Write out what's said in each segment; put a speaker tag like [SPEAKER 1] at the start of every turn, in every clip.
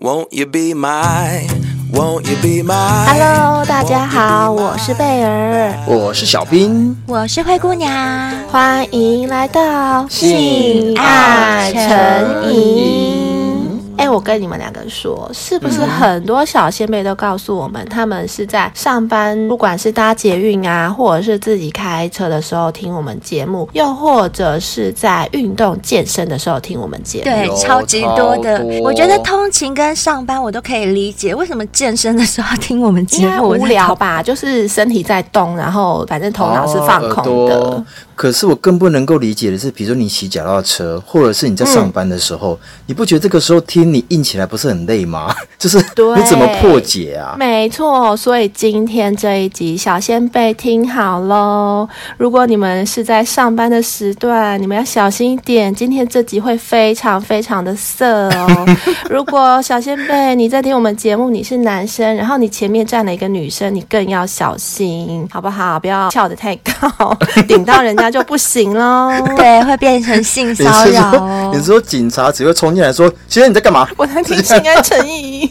[SPEAKER 1] Won't you be my? Won't you be my?
[SPEAKER 2] Hello，大家好，我是贝尔，
[SPEAKER 3] 我是小兵，
[SPEAKER 4] 我是灰姑娘，
[SPEAKER 2] 欢迎来到
[SPEAKER 3] 性爱成瘾。
[SPEAKER 2] 哎，我跟你们两个说，是不是很多小先辈都告诉我们，他们是在上班，不管是搭捷运啊，或者是自己开车的时候听我们节目，又或者是在运动健身的时候听我们节目。
[SPEAKER 4] 对
[SPEAKER 3] 有，
[SPEAKER 4] 超级多的。
[SPEAKER 3] 超多
[SPEAKER 4] 我觉得通勤跟上班我都可以理解，为什么健身的时候要听我们节
[SPEAKER 2] 因为
[SPEAKER 4] 目？我
[SPEAKER 2] 无
[SPEAKER 4] 在
[SPEAKER 2] 聊
[SPEAKER 4] 讨
[SPEAKER 2] 吧，就是身体在动，然后反正头脑是放空
[SPEAKER 3] 哦
[SPEAKER 2] 的。
[SPEAKER 3] 耳朵可是我更不能够理解的是，比如说你骑脚踏车，或者是你在上班的时候，
[SPEAKER 2] 嗯
[SPEAKER 3] 你不觉得这个时候听你硬起来不是很累吗？ 就是
[SPEAKER 2] 对
[SPEAKER 3] 你怎么破解啊？
[SPEAKER 2] 没错，所以今天这一集小先辈听好喽。如果你们是在上班的时段，你们要小心一点。今天这集会非常非常的色哦。如果小先辈你在听我们节目，你是男生，然后你前面站了一个女生，你更要小心，好不好？不要翘得太高，顶到人家就不行喽。
[SPEAKER 4] 对，会变成 性
[SPEAKER 3] 你
[SPEAKER 4] 骚
[SPEAKER 3] 是
[SPEAKER 4] 扰
[SPEAKER 3] 说，你
[SPEAKER 4] 哦
[SPEAKER 3] 是。说警察只会冲进来说：“先生你在干嘛
[SPEAKER 2] 我在听心爱成瘾。？”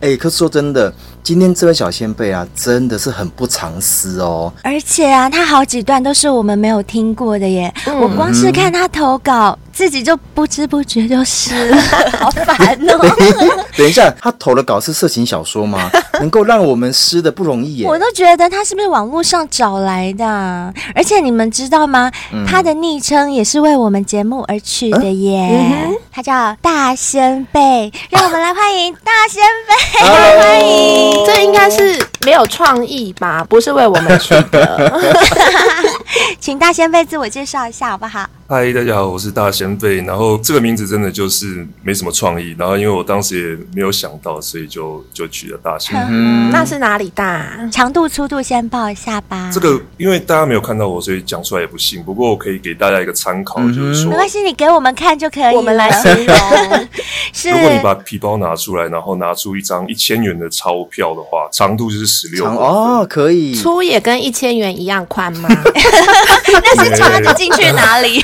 [SPEAKER 3] 哎、可是说真的，今天这位小先辈啊，真的是很不藏私 哦。
[SPEAKER 4] 而且啊，他好几段都是我们没有听过的耶。
[SPEAKER 3] 嗯
[SPEAKER 4] 我光是看他投稿，自己就不知不觉就 湿了，好烦哦。
[SPEAKER 3] 等一下，他投的稿是色情小 说吗？能够让我们湿的不容易耶。
[SPEAKER 4] 我都觉得他是不是网络上找来的啊、而且你们知道吗？
[SPEAKER 5] 嗯
[SPEAKER 4] 他的昵称也是为我们节目而取的
[SPEAKER 5] 呃
[SPEAKER 4] 耶，
[SPEAKER 5] 嗯
[SPEAKER 4] 他叫大仙贝。让我们来欢迎大仙 贝。
[SPEAKER 3] 欢迎
[SPEAKER 2] 这应该是没有创意吧？不是为我们取的。
[SPEAKER 4] 请大仙贝自我介绍一下好不好？
[SPEAKER 5] 嗨，大家好，我是大仙贝。然后这个名字真的就是没什么创意，然后因为我当时也没有想到，所以就就取了大仙。
[SPEAKER 4] 嗯
[SPEAKER 3] 嗯
[SPEAKER 2] 那是哪里大？
[SPEAKER 4] 长度粗度先报一下吧。
[SPEAKER 5] 嗯这个因为大家没有看到我，所以讲出来也不行。不过我可以给大家一个参考，
[SPEAKER 3] 嗯哼
[SPEAKER 5] 就是说
[SPEAKER 4] 没，关系，你给我们看就可以了。
[SPEAKER 2] 我们 来形容。
[SPEAKER 4] 是
[SPEAKER 5] 如果你把皮包拿出来，然后拿出一张一千元的钞票的话，长度就是十六
[SPEAKER 3] 长
[SPEAKER 5] 公
[SPEAKER 3] 哦，可
[SPEAKER 5] 嗯
[SPEAKER 3] 以。
[SPEAKER 2] 粗也跟一千元一样宽 吗？
[SPEAKER 4] 那是插得进去哪里？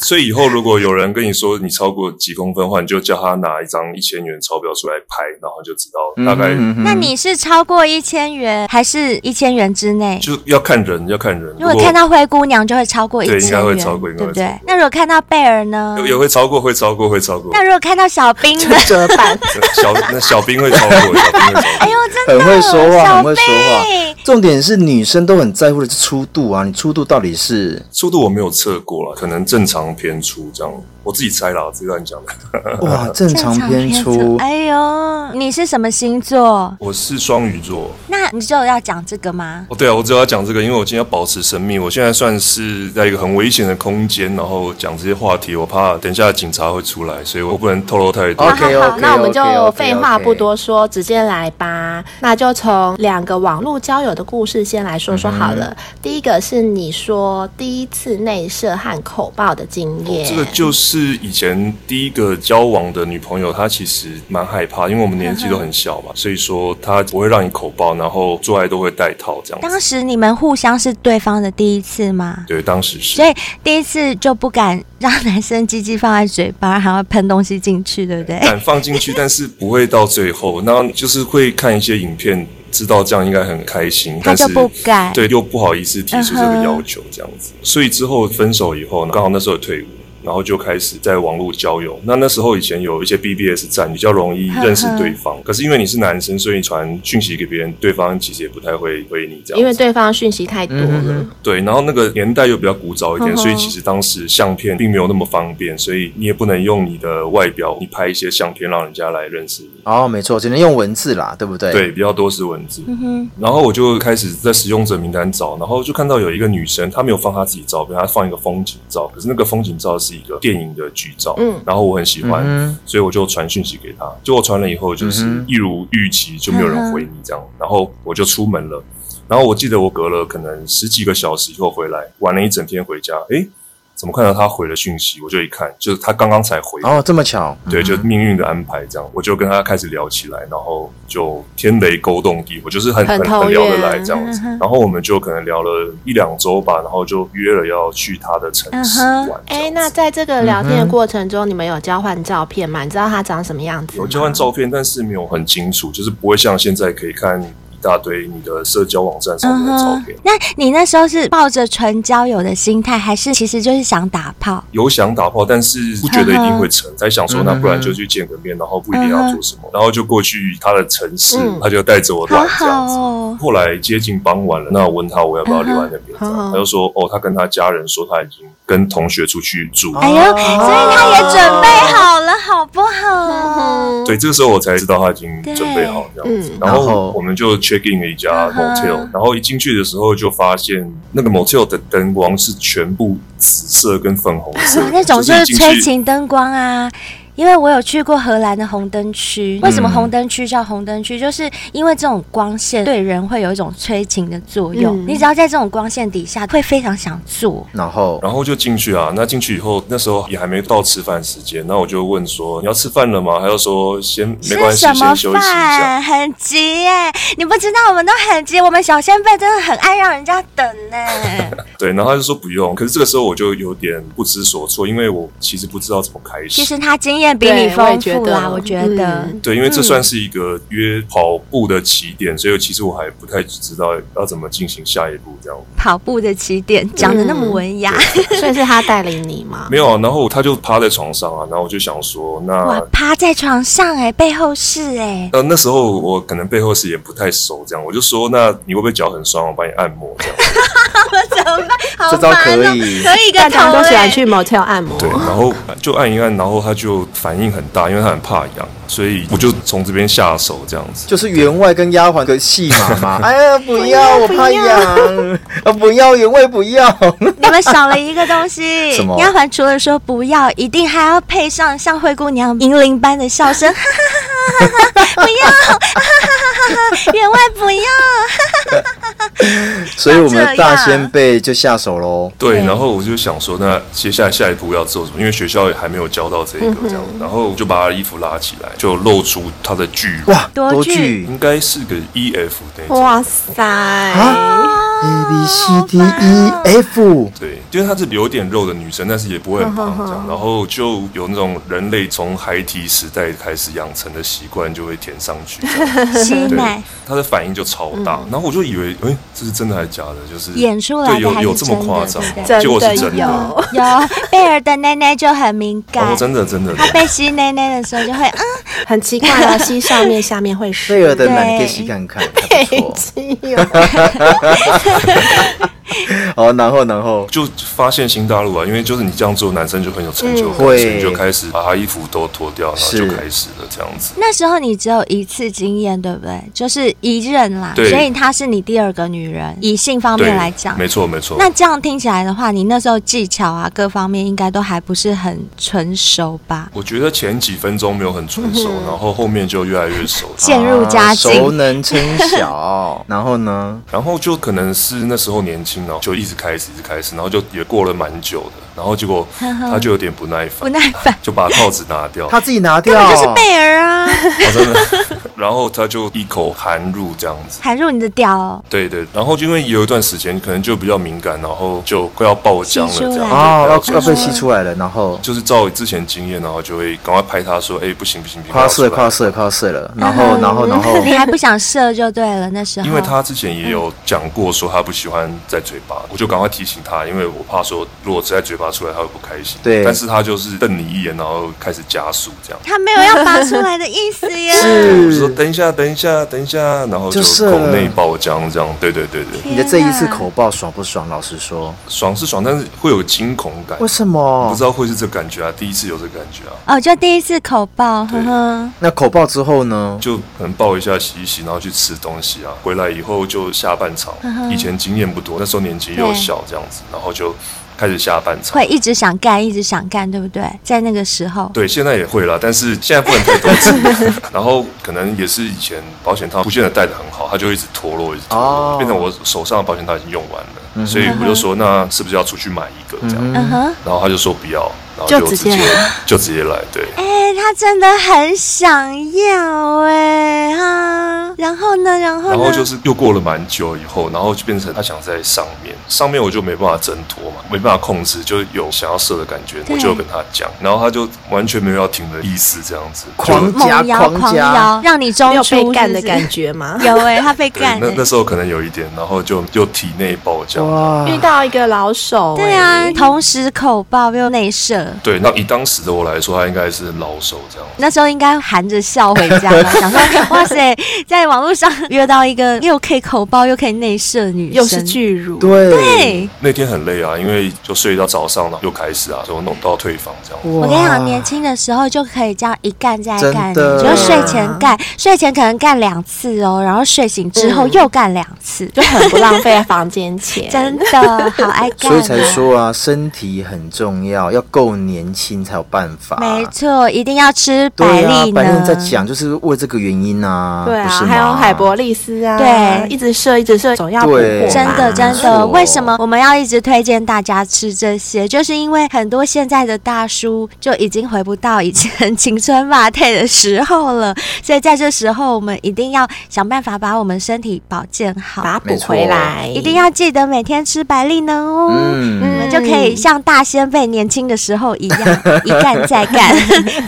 [SPEAKER 5] 所以以后如果有人跟你说你超过几公分的话，你就叫他拿一张一千元钞票出来拍，然后就知道大概、
[SPEAKER 3] 嗯哼
[SPEAKER 4] 那你是超过一千元，还是一千元之内？
[SPEAKER 5] 就要看人，要看人。
[SPEAKER 4] 如果看到灰姑娘，就会超过一千
[SPEAKER 5] 对
[SPEAKER 4] 元，
[SPEAKER 5] 应该会超过应该
[SPEAKER 4] 对
[SPEAKER 5] 会
[SPEAKER 4] 不
[SPEAKER 5] 超
[SPEAKER 4] 对？那如果看到贝尔呢？
[SPEAKER 5] 有也会超过，会超过，会超过。
[SPEAKER 4] 那如果看到小兵 呢？
[SPEAKER 2] 折半。
[SPEAKER 5] 小那小兵会超过，小兵会超过。
[SPEAKER 4] 哎呦，真的
[SPEAKER 3] 很会说话，
[SPEAKER 4] 小
[SPEAKER 3] 很会说话
[SPEAKER 4] 贝。
[SPEAKER 3] 重点是女生都很在乎的是粗度啊，你粗度到底是
[SPEAKER 5] 速度我没有测过了，可能正常偏粗这样，我自己猜啦，自己乱讲的。
[SPEAKER 2] 呃
[SPEAKER 3] 哇，正常偏粗。
[SPEAKER 4] 哎呦，你是什么星座？
[SPEAKER 5] 我是双鱼座，
[SPEAKER 4] 那你就要讲这个吗？
[SPEAKER 5] 哦，对啊，我只有要讲这个，因为我今天要保持神秘，我现在算是在一个很危险的空间，然后讲这些话题，我怕等一下警察会出来，所以我不能透露太
[SPEAKER 4] 啊
[SPEAKER 5] 多。
[SPEAKER 3] OK
[SPEAKER 2] 好，
[SPEAKER 3] OK，
[SPEAKER 2] 哦那我们就废话不。多说，直接来吧。那就从两个网络交友的故事先来说说好
[SPEAKER 5] 嗯
[SPEAKER 2] 了。第一个是你说第一次内射和口爆的经验，
[SPEAKER 5] 哦这个就是以前第一个交往的女朋友，她其实蛮害怕，因为我们年纪都很小嘛，所以说她不会让你口爆，然后做爱都会带套这样
[SPEAKER 4] 当
[SPEAKER 5] 子。
[SPEAKER 4] 时你们互相是对方的第一次吗？
[SPEAKER 5] 对，当时是
[SPEAKER 4] 所。以第一次就不敢让男生鸡鸡放在嘴巴，还要喷东西进去，对不 对？
[SPEAKER 5] 敢放进去，但是不会到最后。那就是会看一些影片，知道这样应该很开心，
[SPEAKER 4] 他
[SPEAKER 5] 但
[SPEAKER 4] 就是不敢
[SPEAKER 5] 对，又不好意思提出这
[SPEAKER 4] 嗯
[SPEAKER 5] 个
[SPEAKER 4] 哼
[SPEAKER 5] 要求，这样子。所以之后分手以后，刚好那时候有退伍。然后就开始在网络交友。那那时候以前有一些 BBS 站比较容易认识对方，
[SPEAKER 4] 嗯
[SPEAKER 5] 可是因为你是男生，所以你传讯息给别人，对方其实也不太会回你这样子。
[SPEAKER 2] 因为对方讯息太多了。
[SPEAKER 5] 嗯对，然后那个年代又比较古早一点，
[SPEAKER 2] 嗯哼
[SPEAKER 5] 所以其实当时相片并没有那么方便，所以你也不能用你的外表，你拍一些相片让人家来认识你。
[SPEAKER 3] 哦，没错，只能用文字啦，对不对？
[SPEAKER 5] 对，比较多是文字。
[SPEAKER 4] 嗯
[SPEAKER 5] 然后我就开始在使用者名单找，然后就看到有一个女生，她没有放她自己照片，她放一个风景照，可是那个风景照是一个电影的剧照，
[SPEAKER 2] 嗯
[SPEAKER 5] 然后我很喜欢，
[SPEAKER 3] 嗯
[SPEAKER 5] 所以我就传讯息给她，就我传了以后，就是
[SPEAKER 3] 嗯哼
[SPEAKER 5] 一如预期就没有人回你这样，然后我就出门了，然后我记得我隔了可能十几个小时以后回来，玩了一整天回家，诶，怎么看到他回了讯息？我就一看，就是他刚刚才回，
[SPEAKER 3] 哦，这么巧，
[SPEAKER 4] 嗯
[SPEAKER 5] 对，就是命运的安排这样。我就跟他开始聊起来，然后就天雷勾动地火，就是很
[SPEAKER 2] 很
[SPEAKER 5] 很
[SPEAKER 2] 投
[SPEAKER 5] 很聊得
[SPEAKER 2] 缘
[SPEAKER 5] 来这
[SPEAKER 4] 嗯
[SPEAKER 5] 样子。然后我们就可能聊了一两周吧，然后就约了要去他的城市
[SPEAKER 4] 嗯哼
[SPEAKER 5] 玩这样子。
[SPEAKER 2] 哎、那在这个聊天的过程中，你们有交换照片吗？你知道他长什么样子吗？
[SPEAKER 5] 有交换照片，但是没有很清楚，就是不会像现在可以看一大堆你的社交网站上
[SPEAKER 4] 嗯
[SPEAKER 5] 面的照
[SPEAKER 4] 哼
[SPEAKER 5] 片。，
[SPEAKER 4] 那你那时候是抱着纯交友的心态，还是其实就是想打炮？
[SPEAKER 5] 有想打炮，但是不觉得一定会成，才想说
[SPEAKER 3] 嗯
[SPEAKER 5] 那不然就去见个面，然后不一定
[SPEAKER 4] 嗯
[SPEAKER 5] 要做什么，然后就过去他的城市
[SPEAKER 2] 嗯，
[SPEAKER 5] 他就带着我
[SPEAKER 4] 好
[SPEAKER 5] 来这样
[SPEAKER 4] 好
[SPEAKER 5] 子。
[SPEAKER 4] 哦，
[SPEAKER 5] 后来接近傍晚了，那我问他我要不要留在那边，这
[SPEAKER 2] 嗯哼
[SPEAKER 5] 样他就说哦，他跟他家人说他已经跟同学出去住。
[SPEAKER 4] 哎呦，所以他也准备好了，好不 好？
[SPEAKER 2] 嗯，
[SPEAKER 5] 对，这个时候我才知道他已经准备好这样子
[SPEAKER 2] 对嗯，
[SPEAKER 5] 然
[SPEAKER 3] 然后
[SPEAKER 5] 后我们就 check in 了一家
[SPEAKER 4] 嗯哼
[SPEAKER 5] motel，然后一进去的时候就发现那个 motel 的灯光是全部紫色跟粉红色
[SPEAKER 4] 啊，那种就
[SPEAKER 5] 就是一进
[SPEAKER 4] 催
[SPEAKER 5] 去
[SPEAKER 4] 情灯光啊。因为我有去过荷兰的红灯区，为什么红灯区叫红灯区？就是因为这种光线对人会有一种催情的作用。
[SPEAKER 2] 嗯
[SPEAKER 4] 你只要在这种光线底下，会非常想做。
[SPEAKER 3] 然后
[SPEAKER 5] 然后就进去啊，那进去以后，那时候也还没到吃饭时间，那我就问说你要吃饭了吗？他就说先没关
[SPEAKER 4] 吃
[SPEAKER 5] 系
[SPEAKER 4] 什，么
[SPEAKER 5] 先休息一下。
[SPEAKER 4] 饭？很急耶！你不知道，我们都很急。我们小先辈真的很爱让人家等呢。
[SPEAKER 5] 对，然后他就说不用。可是这个时候我就有点不知所措，因为我其实不知道怎么开
[SPEAKER 4] 其
[SPEAKER 5] 始。
[SPEAKER 4] 实他经验比你
[SPEAKER 2] 对我也
[SPEAKER 4] 丰
[SPEAKER 2] 觉
[SPEAKER 4] 富
[SPEAKER 2] 得
[SPEAKER 4] 啦，我觉得。
[SPEAKER 2] 嗯
[SPEAKER 5] 对，因为这算是一个约跑步的起点，所以其实我还不太知道要怎么进行下一步这样。
[SPEAKER 4] 跑步的起点讲的那么文雅，
[SPEAKER 2] 所以是他带领你吗？
[SPEAKER 5] 没有啊，然后他就趴在床上啊，然后我就想说，
[SPEAKER 4] 哇
[SPEAKER 5] 那，
[SPEAKER 4] 趴在床上哎、背后是哎、
[SPEAKER 5] 呃那时候我可能背后是也不太熟这样，我就说那你会不会脚很酸？我帮你按摩这样。
[SPEAKER 4] 怎么办？好
[SPEAKER 3] 这招
[SPEAKER 4] 烦
[SPEAKER 3] 可
[SPEAKER 4] 哦、
[SPEAKER 3] 以，
[SPEAKER 4] 可以个
[SPEAKER 2] 大家
[SPEAKER 4] 头
[SPEAKER 2] 都喜欢
[SPEAKER 4] 欸
[SPEAKER 2] 去 motel 按摩。
[SPEAKER 5] 对，然后就按一按，然后他就反应很大，因为他很怕痒，所以我就从这边下手这样子。
[SPEAKER 3] 就是员外跟丫鬟的戏码嘛。哎呀，不要，我怕痒，啊，不要员外不要。
[SPEAKER 4] 你们少了一个东西。
[SPEAKER 3] 什么
[SPEAKER 4] 丫鬟除了说不要，一定还要配上像灰姑娘银铃般的笑声，哈哈哈哈哈哈！不要，哈哈哈哈哈！员外不要。
[SPEAKER 3] 所以我们的大
[SPEAKER 4] 这样
[SPEAKER 3] 先辈就下手喽。
[SPEAKER 5] 对，
[SPEAKER 4] 对
[SPEAKER 5] 然后我就想说，那接下来下一步要做什么？因为学校也还没有教到这
[SPEAKER 4] 嗯
[SPEAKER 5] 个这样，然后就把他的衣服拉起来，就露出他的巨乳，
[SPEAKER 3] 哇，
[SPEAKER 4] 多
[SPEAKER 3] 多
[SPEAKER 4] 句
[SPEAKER 3] 句
[SPEAKER 5] 应该是个 E F 那种。
[SPEAKER 2] 哇塞！
[SPEAKER 5] 啊
[SPEAKER 3] A B C D E F，
[SPEAKER 5] 对，因为她是有点肉的女生，但是也不会很
[SPEAKER 4] 嗯
[SPEAKER 5] 胖这样，然后就有那种人类从孩提时代开始养成的习惯，就会填上去这 样。
[SPEAKER 4] 吸
[SPEAKER 5] 对
[SPEAKER 4] 奶，
[SPEAKER 5] 他的反应就超大，然后我就以为，哎、这是真的还是假的？就是
[SPEAKER 4] 嗯演出来的
[SPEAKER 5] 对，有
[SPEAKER 4] 还是
[SPEAKER 5] 有这么夸张
[SPEAKER 4] 真的对不对？
[SPEAKER 2] 真
[SPEAKER 5] 结果
[SPEAKER 2] 的
[SPEAKER 5] 是真的，
[SPEAKER 2] 有
[SPEAKER 5] 哦，
[SPEAKER 4] 有贝尔的奶奶就很敏感，
[SPEAKER 5] 真的真的，
[SPEAKER 4] 她被吸奶奶的时候就会嗯，
[SPEAKER 2] 很奇怪啊，吸上面下面会湿。
[SPEAKER 3] 贝尔的奶你可以细看看，还不错。 好，然后然后
[SPEAKER 5] 就发现新大陆啊，因为就是你这样做，男生就很有成就
[SPEAKER 3] 嗯
[SPEAKER 5] 感，所以你就开始把他衣服都脱掉，然后
[SPEAKER 3] 是
[SPEAKER 5] 就开始了这样子。
[SPEAKER 4] 那时候你只有一次经验，对不对？就是一任啦，
[SPEAKER 5] 对
[SPEAKER 4] 所以她是你第二个女人，以性方
[SPEAKER 5] 对
[SPEAKER 4] 面来讲，。
[SPEAKER 5] 没错没错。
[SPEAKER 4] 那这样听起来的话，你那时候技巧啊各方面应该都还不是很成熟
[SPEAKER 3] 啊
[SPEAKER 4] 吧？
[SPEAKER 5] 我觉得前几分钟没有很纯熟，
[SPEAKER 4] 嗯
[SPEAKER 5] 然后后面就越来越熟，
[SPEAKER 4] 渐入佳
[SPEAKER 3] 啊熟
[SPEAKER 4] 境，
[SPEAKER 3] 能生 巧。然后呢？
[SPEAKER 5] 然后就可能是那时候年轻，然后就一直开始一直开始，然后就也过了蛮久的，然后结果他就有点不耐
[SPEAKER 4] 不
[SPEAKER 5] 烦，
[SPEAKER 4] 耐 烦，
[SPEAKER 5] 就把套子拿掉，
[SPEAKER 3] 他自己拿
[SPEAKER 4] 根
[SPEAKER 3] 掉，
[SPEAKER 4] 本就是贝尔啊，
[SPEAKER 5] 哦真的。然后他就一口含入这样子，
[SPEAKER 4] 含入你的屌哦，
[SPEAKER 5] 对对。然后就因为有一段时间可能就比较敏感，然后就快要爆浆了
[SPEAKER 4] 吸出
[SPEAKER 5] 这
[SPEAKER 4] 来
[SPEAKER 5] 样。
[SPEAKER 3] 哦，
[SPEAKER 5] 然后
[SPEAKER 3] 要要被吸出来了，然后
[SPEAKER 5] 就是照之前经验，然后就会赶快拍他说：“哎，不行不行，别
[SPEAKER 3] 趴
[SPEAKER 5] 出
[SPEAKER 3] 睡
[SPEAKER 5] 来
[SPEAKER 3] 趴睡趴睡了，然后
[SPEAKER 4] 嗯
[SPEAKER 3] 然后 然后
[SPEAKER 4] 你还不想射就对了，那时候。
[SPEAKER 5] 因为他之前也有讲过说他不喜欢在嘴巴，
[SPEAKER 3] 嗯
[SPEAKER 5] 我就赶快提醒他，因为我怕说如果只在嘴巴出来他会不开心。
[SPEAKER 3] 对
[SPEAKER 5] 但是他就是瞪你一眼，然后开始加速这样。
[SPEAKER 4] 他没有要拔出来的意思 耶。
[SPEAKER 5] 我就是说等一下，等一下，等一下，然后就
[SPEAKER 3] 就是
[SPEAKER 5] 口内爆浆这样。对对对对，
[SPEAKER 3] 你的这一次
[SPEAKER 4] 天啊
[SPEAKER 3] 口爆爽不爽？老实说，
[SPEAKER 5] 爽是爽，但是会有惊恐感
[SPEAKER 3] 为。什么
[SPEAKER 5] 不知？道会是这感觉啊，第一次有这感觉啊，
[SPEAKER 4] 哦，就第一次口爆，呵呵，
[SPEAKER 3] 那口爆之后呢？
[SPEAKER 5] 就可能抱一下洗一洗，然后去吃东西啊。回来以后就下半场，以前经验不多，那时候年纪又
[SPEAKER 4] 对
[SPEAKER 5] 小这样子，然后就开始下半场。
[SPEAKER 4] 会一直想干，一直想干，对不对？在那个时候，
[SPEAKER 5] 对，现在也会啦，但是现在不能太多次。然后可能也是以前保险套不见得戴的很好，它就一直脱落，一直脱落，
[SPEAKER 3] 哦
[SPEAKER 5] 变成我手上的保险套已经用完了。所以我就说那是不是要出去买一个这样？
[SPEAKER 4] 嗯哼，
[SPEAKER 5] 然后他就说不要，然后就
[SPEAKER 2] 就直
[SPEAKER 5] 直
[SPEAKER 2] 接
[SPEAKER 5] 接就直接来，对。
[SPEAKER 4] 哎、他真的很想要哎、啊，然后呢，然后呢，
[SPEAKER 5] 然后就是又过了蛮久以后，然后就变成他想在上面，上面我就没办法挣脱嘛，没办法控制，就有想要射的感觉，
[SPEAKER 4] 对
[SPEAKER 5] 我就有跟他讲，然后他就完全没有要停的意思，这样子，
[SPEAKER 3] 狂
[SPEAKER 5] 就
[SPEAKER 4] 猛
[SPEAKER 3] 夹
[SPEAKER 4] 摇
[SPEAKER 3] 狂
[SPEAKER 4] 狂
[SPEAKER 3] 夹
[SPEAKER 4] 摇，让你中
[SPEAKER 2] 没有
[SPEAKER 4] 出
[SPEAKER 2] 被干的感
[SPEAKER 4] 觉。
[SPEAKER 2] 觉吗？
[SPEAKER 4] 有哎、他被
[SPEAKER 5] 对
[SPEAKER 4] 干、
[SPEAKER 5] 那
[SPEAKER 4] 欸。
[SPEAKER 5] 那时候可能有一点，然后就就体内爆浆。
[SPEAKER 3] 哇
[SPEAKER 2] 遇到一个老手、
[SPEAKER 4] 对啊，同时口爆又内射，
[SPEAKER 5] 对，那以当时的我来说，他应该是老手这样。
[SPEAKER 4] 那时候应该含着笑回家 吧，想说哇塞，在网络上约到一个又可以口爆又可以内射的女生，
[SPEAKER 2] 又是巨乳，
[SPEAKER 3] 对
[SPEAKER 4] 对。
[SPEAKER 5] 那天很累啊，因为就睡到早上，然后又开始啊，就弄到退房这样。
[SPEAKER 3] 我
[SPEAKER 4] 我跟你讲，年轻的时候就可以这样一干再干，
[SPEAKER 3] 真的
[SPEAKER 4] 只
[SPEAKER 2] 啊
[SPEAKER 4] 要睡前干，睡前可能干两次哦，然后睡醒之后
[SPEAKER 2] 嗯
[SPEAKER 4] 又干两 次，
[SPEAKER 2] 就很不浪费房间钱。
[SPEAKER 4] 真的好爱干、
[SPEAKER 3] 所以才。说啊，身体很重要，要够年轻才有办法。
[SPEAKER 4] 没错，一定要吃百
[SPEAKER 3] 啊对啊
[SPEAKER 4] 利，呢。
[SPEAKER 3] 白令在讲就是为这个原因啊，
[SPEAKER 2] 对啊，
[SPEAKER 3] 不是吗
[SPEAKER 2] 还有海博利斯啊，
[SPEAKER 4] 对
[SPEAKER 2] 一直射一直射，总要补
[SPEAKER 3] 对
[SPEAKER 2] 货吧
[SPEAKER 4] 真的，真
[SPEAKER 3] 没
[SPEAKER 4] 的，
[SPEAKER 3] 错
[SPEAKER 4] 为什么我们要一直推荐大家吃这些？就是因为很多现在的大叔就已经回不到以前青春辣退的时候了， 所以在这时候，我们一定要想办法把我们身体保健好，
[SPEAKER 3] 嗯
[SPEAKER 2] 把它补回来，
[SPEAKER 4] 一定要记得每天吃百利能哦。
[SPEAKER 3] 嗯，
[SPEAKER 4] 我们就可以像大仙辈年轻的时候一样，一干再 干，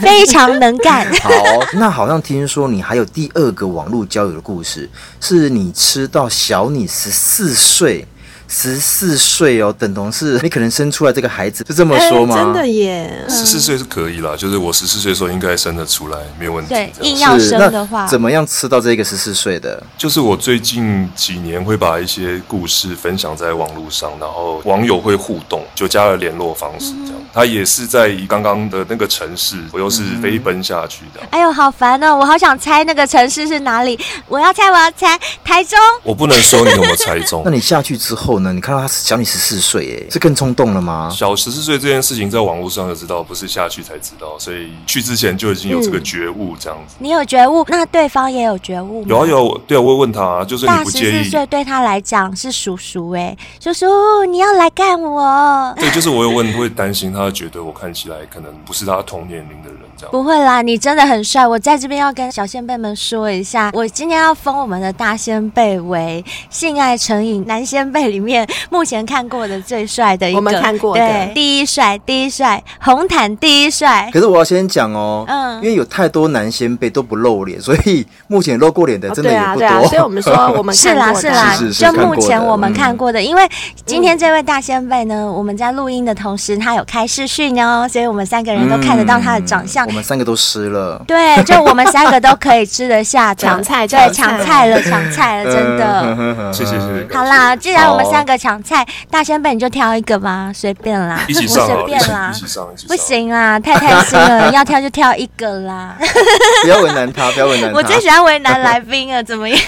[SPEAKER 4] 非常能干。
[SPEAKER 3] 好，那好像听说你还有第二个网络交友的故事，是你吃到小你十四岁，十四岁哦，等同是你可能生出来这个孩子，是这么
[SPEAKER 2] 哎
[SPEAKER 3] 说吗？
[SPEAKER 2] 真的耶，
[SPEAKER 5] 十四岁是可以啦，就是我十四岁的时候应该生得出来，没有问题。这
[SPEAKER 4] 对
[SPEAKER 5] 样，
[SPEAKER 4] 硬
[SPEAKER 3] 是
[SPEAKER 4] 要生的
[SPEAKER 3] 那
[SPEAKER 4] 话，
[SPEAKER 3] 怎么样吃到这个十四岁的？
[SPEAKER 5] 就是我最近几年会把一些故事分享在网络上，然后网友会互动，就加了联络方式这样。他也是在刚刚的那个城市，我又是飞奔下去的。
[SPEAKER 4] 哎呦，好烦哦！我好想猜那个城市是哪里，我要猜，我要猜，台中。
[SPEAKER 5] 我不能说你有没有猜中
[SPEAKER 3] 那。你下去之后呢？你看到他小你十四岁，哎，是更冲动了
[SPEAKER 2] 哎
[SPEAKER 3] 吗？
[SPEAKER 5] 小十四岁这件事情，在网络上就知道，不是下去才知道，所以去之前就已经有这个觉悟，这样子。
[SPEAKER 4] 你有觉悟，那对方也有觉悟吗？
[SPEAKER 5] 有啊。有啊，我对啊，我会问他、啊，就是你
[SPEAKER 4] 大
[SPEAKER 5] 不
[SPEAKER 4] 十
[SPEAKER 5] 介
[SPEAKER 4] 四
[SPEAKER 5] 意，
[SPEAKER 4] 岁对他来讲是叔叔哎、叔叔你要来干我？
[SPEAKER 5] 对，就是我有问，会担心他觉得我看起来可能不是他同年龄的人这样。
[SPEAKER 4] 不会啦，你真的很帅。我在这边要跟小先辈们说一下，我今天要封我们的大先辈为性爱成瘾男先辈里面目前看过的最帅的一个，
[SPEAKER 2] 我们看过的
[SPEAKER 4] 对第一帅，第一帅，红毯第一帅。
[SPEAKER 3] 可是我要先讲哦，
[SPEAKER 4] 嗯
[SPEAKER 3] 因为有太多男先辈都不露脸，所以目前露过脸的
[SPEAKER 2] 哦
[SPEAKER 3] 哎真的
[SPEAKER 2] 对
[SPEAKER 3] 也
[SPEAKER 2] 啊
[SPEAKER 3] 不
[SPEAKER 2] 对
[SPEAKER 3] 多。
[SPEAKER 2] 啊，所以我们说我们
[SPEAKER 4] 是
[SPEAKER 2] 看
[SPEAKER 4] 啦
[SPEAKER 2] 过
[SPEAKER 4] 是
[SPEAKER 2] 的嗯
[SPEAKER 4] 啦，
[SPEAKER 3] 是是是
[SPEAKER 4] 就
[SPEAKER 3] 看
[SPEAKER 4] 目
[SPEAKER 3] 过
[SPEAKER 4] 前
[SPEAKER 3] 的
[SPEAKER 4] 我们
[SPEAKER 3] 嗯
[SPEAKER 4] 看过的，因为今天这位大先辈呢，我们在录音的同时，他有开视讯哦，所以我们三个人都看得到他的长
[SPEAKER 5] 嗯
[SPEAKER 4] 相
[SPEAKER 3] 嗯我。们三个都湿了。
[SPEAKER 4] 对，就我们三个都可以吃得 下的
[SPEAKER 2] 抢菜
[SPEAKER 4] 对，
[SPEAKER 2] 抢
[SPEAKER 4] 抢
[SPEAKER 2] 菜
[SPEAKER 4] 菜了，抢菜了，真
[SPEAKER 5] 嗯
[SPEAKER 4] 的。
[SPEAKER 3] 的
[SPEAKER 5] 谢谢谢谢。
[SPEAKER 4] 好啦，既然我们三个抢菜，大先辈你就挑一个吧，随便啦，
[SPEAKER 5] 一起
[SPEAKER 4] 我
[SPEAKER 5] 上好
[SPEAKER 4] 随
[SPEAKER 5] 了，一
[SPEAKER 4] 便
[SPEAKER 5] 起
[SPEAKER 4] 啦
[SPEAKER 5] 一，起上，一起上。
[SPEAKER 4] 不行啦，太贪心了，要挑就挑一个 啦。
[SPEAKER 3] 不要为难他，不要为难他。
[SPEAKER 4] 我最喜欢为难来宾了，怎么 样？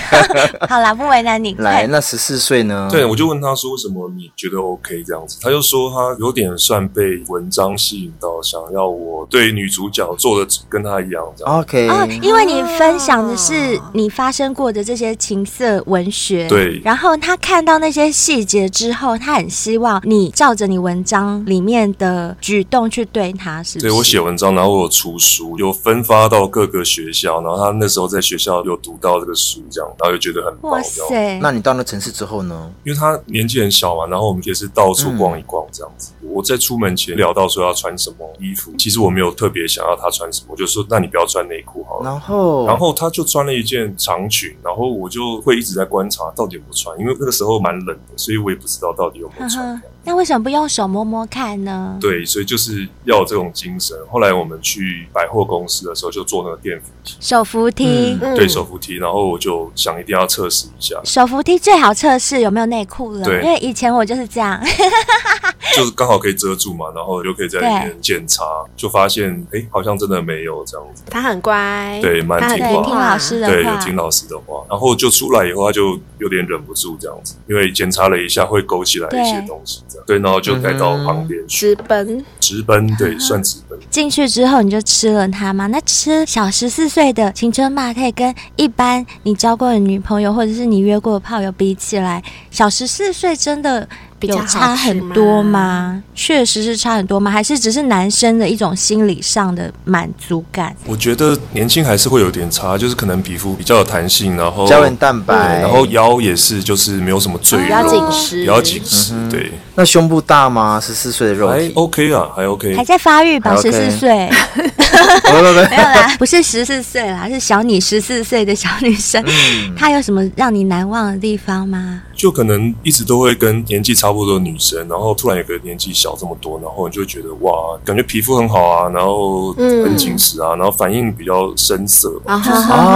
[SPEAKER 4] 好啦，不为难你，
[SPEAKER 3] 来，
[SPEAKER 4] 快
[SPEAKER 3] 那十四岁
[SPEAKER 4] 嗯
[SPEAKER 3] 呢？
[SPEAKER 5] 对，我就问他说为什么你觉得 OK 这样子，他就说他有点算被文章吸引到，想要我对女主角做的跟他一样这样。
[SPEAKER 3] ，OK，、
[SPEAKER 4] 哦，因为你分享的是你发生过的这些情色文学，
[SPEAKER 5] 对
[SPEAKER 4] 然后他看到那些细节之后，他很希望你照着你文章里面的举动去对他，是不是？
[SPEAKER 5] 对我写文章，然后我有出书，有分发到各个学校，然后他那时候在学校有读到这个书，这样，然后就觉得很棒
[SPEAKER 4] 哇
[SPEAKER 5] 这样，
[SPEAKER 4] 塞，
[SPEAKER 3] 那你到那城市之后呢？
[SPEAKER 5] 因为他年纪很小嘛，然后我们也是到处逛一逛这样子。我在出门前聊到说要穿什么衣服，其实我没有特别想要他穿什么，我就说那你不要穿内裤好了。
[SPEAKER 3] 然
[SPEAKER 4] 哦
[SPEAKER 3] 后，
[SPEAKER 5] 哦然后她就穿了一件长裙，然后我就会一直在观察到底有没有穿，因为那个时候蛮冷的，所以我也不知道到底有没有
[SPEAKER 4] 呵
[SPEAKER 5] 穿
[SPEAKER 4] 呵。，那为什么不用手摸摸看呢？
[SPEAKER 5] 对，所以就是要有这种精神。后来我们去百货公司的时候，就坐那个电扶梯，
[SPEAKER 4] 手扶梯，
[SPEAKER 2] 嗯
[SPEAKER 5] 对手扶梯，然后我就想一定要测试一下，
[SPEAKER 4] 手扶梯最好测试有没有内裤了，
[SPEAKER 5] 对
[SPEAKER 4] 因为以前我就是这样，
[SPEAKER 5] 就是刚好可以遮住嘛，然后就可以在里面检查，就发现哎，好像真的没有这样子。
[SPEAKER 2] 他很乖，
[SPEAKER 5] 对蛮
[SPEAKER 2] 他很
[SPEAKER 5] 听
[SPEAKER 4] 对
[SPEAKER 5] 话，
[SPEAKER 4] 听老师的
[SPEAKER 5] 对，有
[SPEAKER 4] 话，
[SPEAKER 5] 听老师的话，然后就出来以后，他就有点忍不住这样子，因为检查了一下会勾起来一些
[SPEAKER 4] 对嗯
[SPEAKER 5] 东西这样。这样，对，然后就带到旁边去
[SPEAKER 2] 直奔
[SPEAKER 5] 直奔，对，算直奔。
[SPEAKER 4] 进去之后你就吃了它吗？那吃小十四岁的青春骂可以跟一般你交过的女朋友或者是你约过的炮友比起来，小十四岁真的
[SPEAKER 2] 比较
[SPEAKER 4] 有
[SPEAKER 2] 好吃
[SPEAKER 4] 差很多吗？确实是差很多吗？还是只是男生的一种心理上的满足感？
[SPEAKER 5] 我觉得年轻还是会有点差，就是可能皮肤比较有弹性，然后
[SPEAKER 3] 胶原蛋白，
[SPEAKER 5] 对然后腰也是就是没有什么赘肉，
[SPEAKER 2] 比较紧实
[SPEAKER 5] 啊比较紧实，
[SPEAKER 3] 嗯
[SPEAKER 5] 对，
[SPEAKER 3] 那胸部大吗？十四岁的肉
[SPEAKER 5] 还
[SPEAKER 3] 体，
[SPEAKER 5] OK 啊，还 OK，
[SPEAKER 4] 还在发育吧，
[SPEAKER 3] 还
[SPEAKER 4] 十
[SPEAKER 3] OK
[SPEAKER 4] 四 岁
[SPEAKER 3] 不不
[SPEAKER 4] 没有啦，不是十四岁啦，是小你十四岁的小女生。
[SPEAKER 3] 嗯
[SPEAKER 4] 她有什么让你难忘的地方吗？
[SPEAKER 5] 就可能一直都会跟年纪差不多的女生，然后突然有个年纪小这么多，然后你就会觉得哇，感觉皮肤很好啊，然后很紧实啊，然后反应比较深色嘛，
[SPEAKER 2] 啊哈
[SPEAKER 3] 不，
[SPEAKER 2] 哈，
[SPEAKER 4] 嗯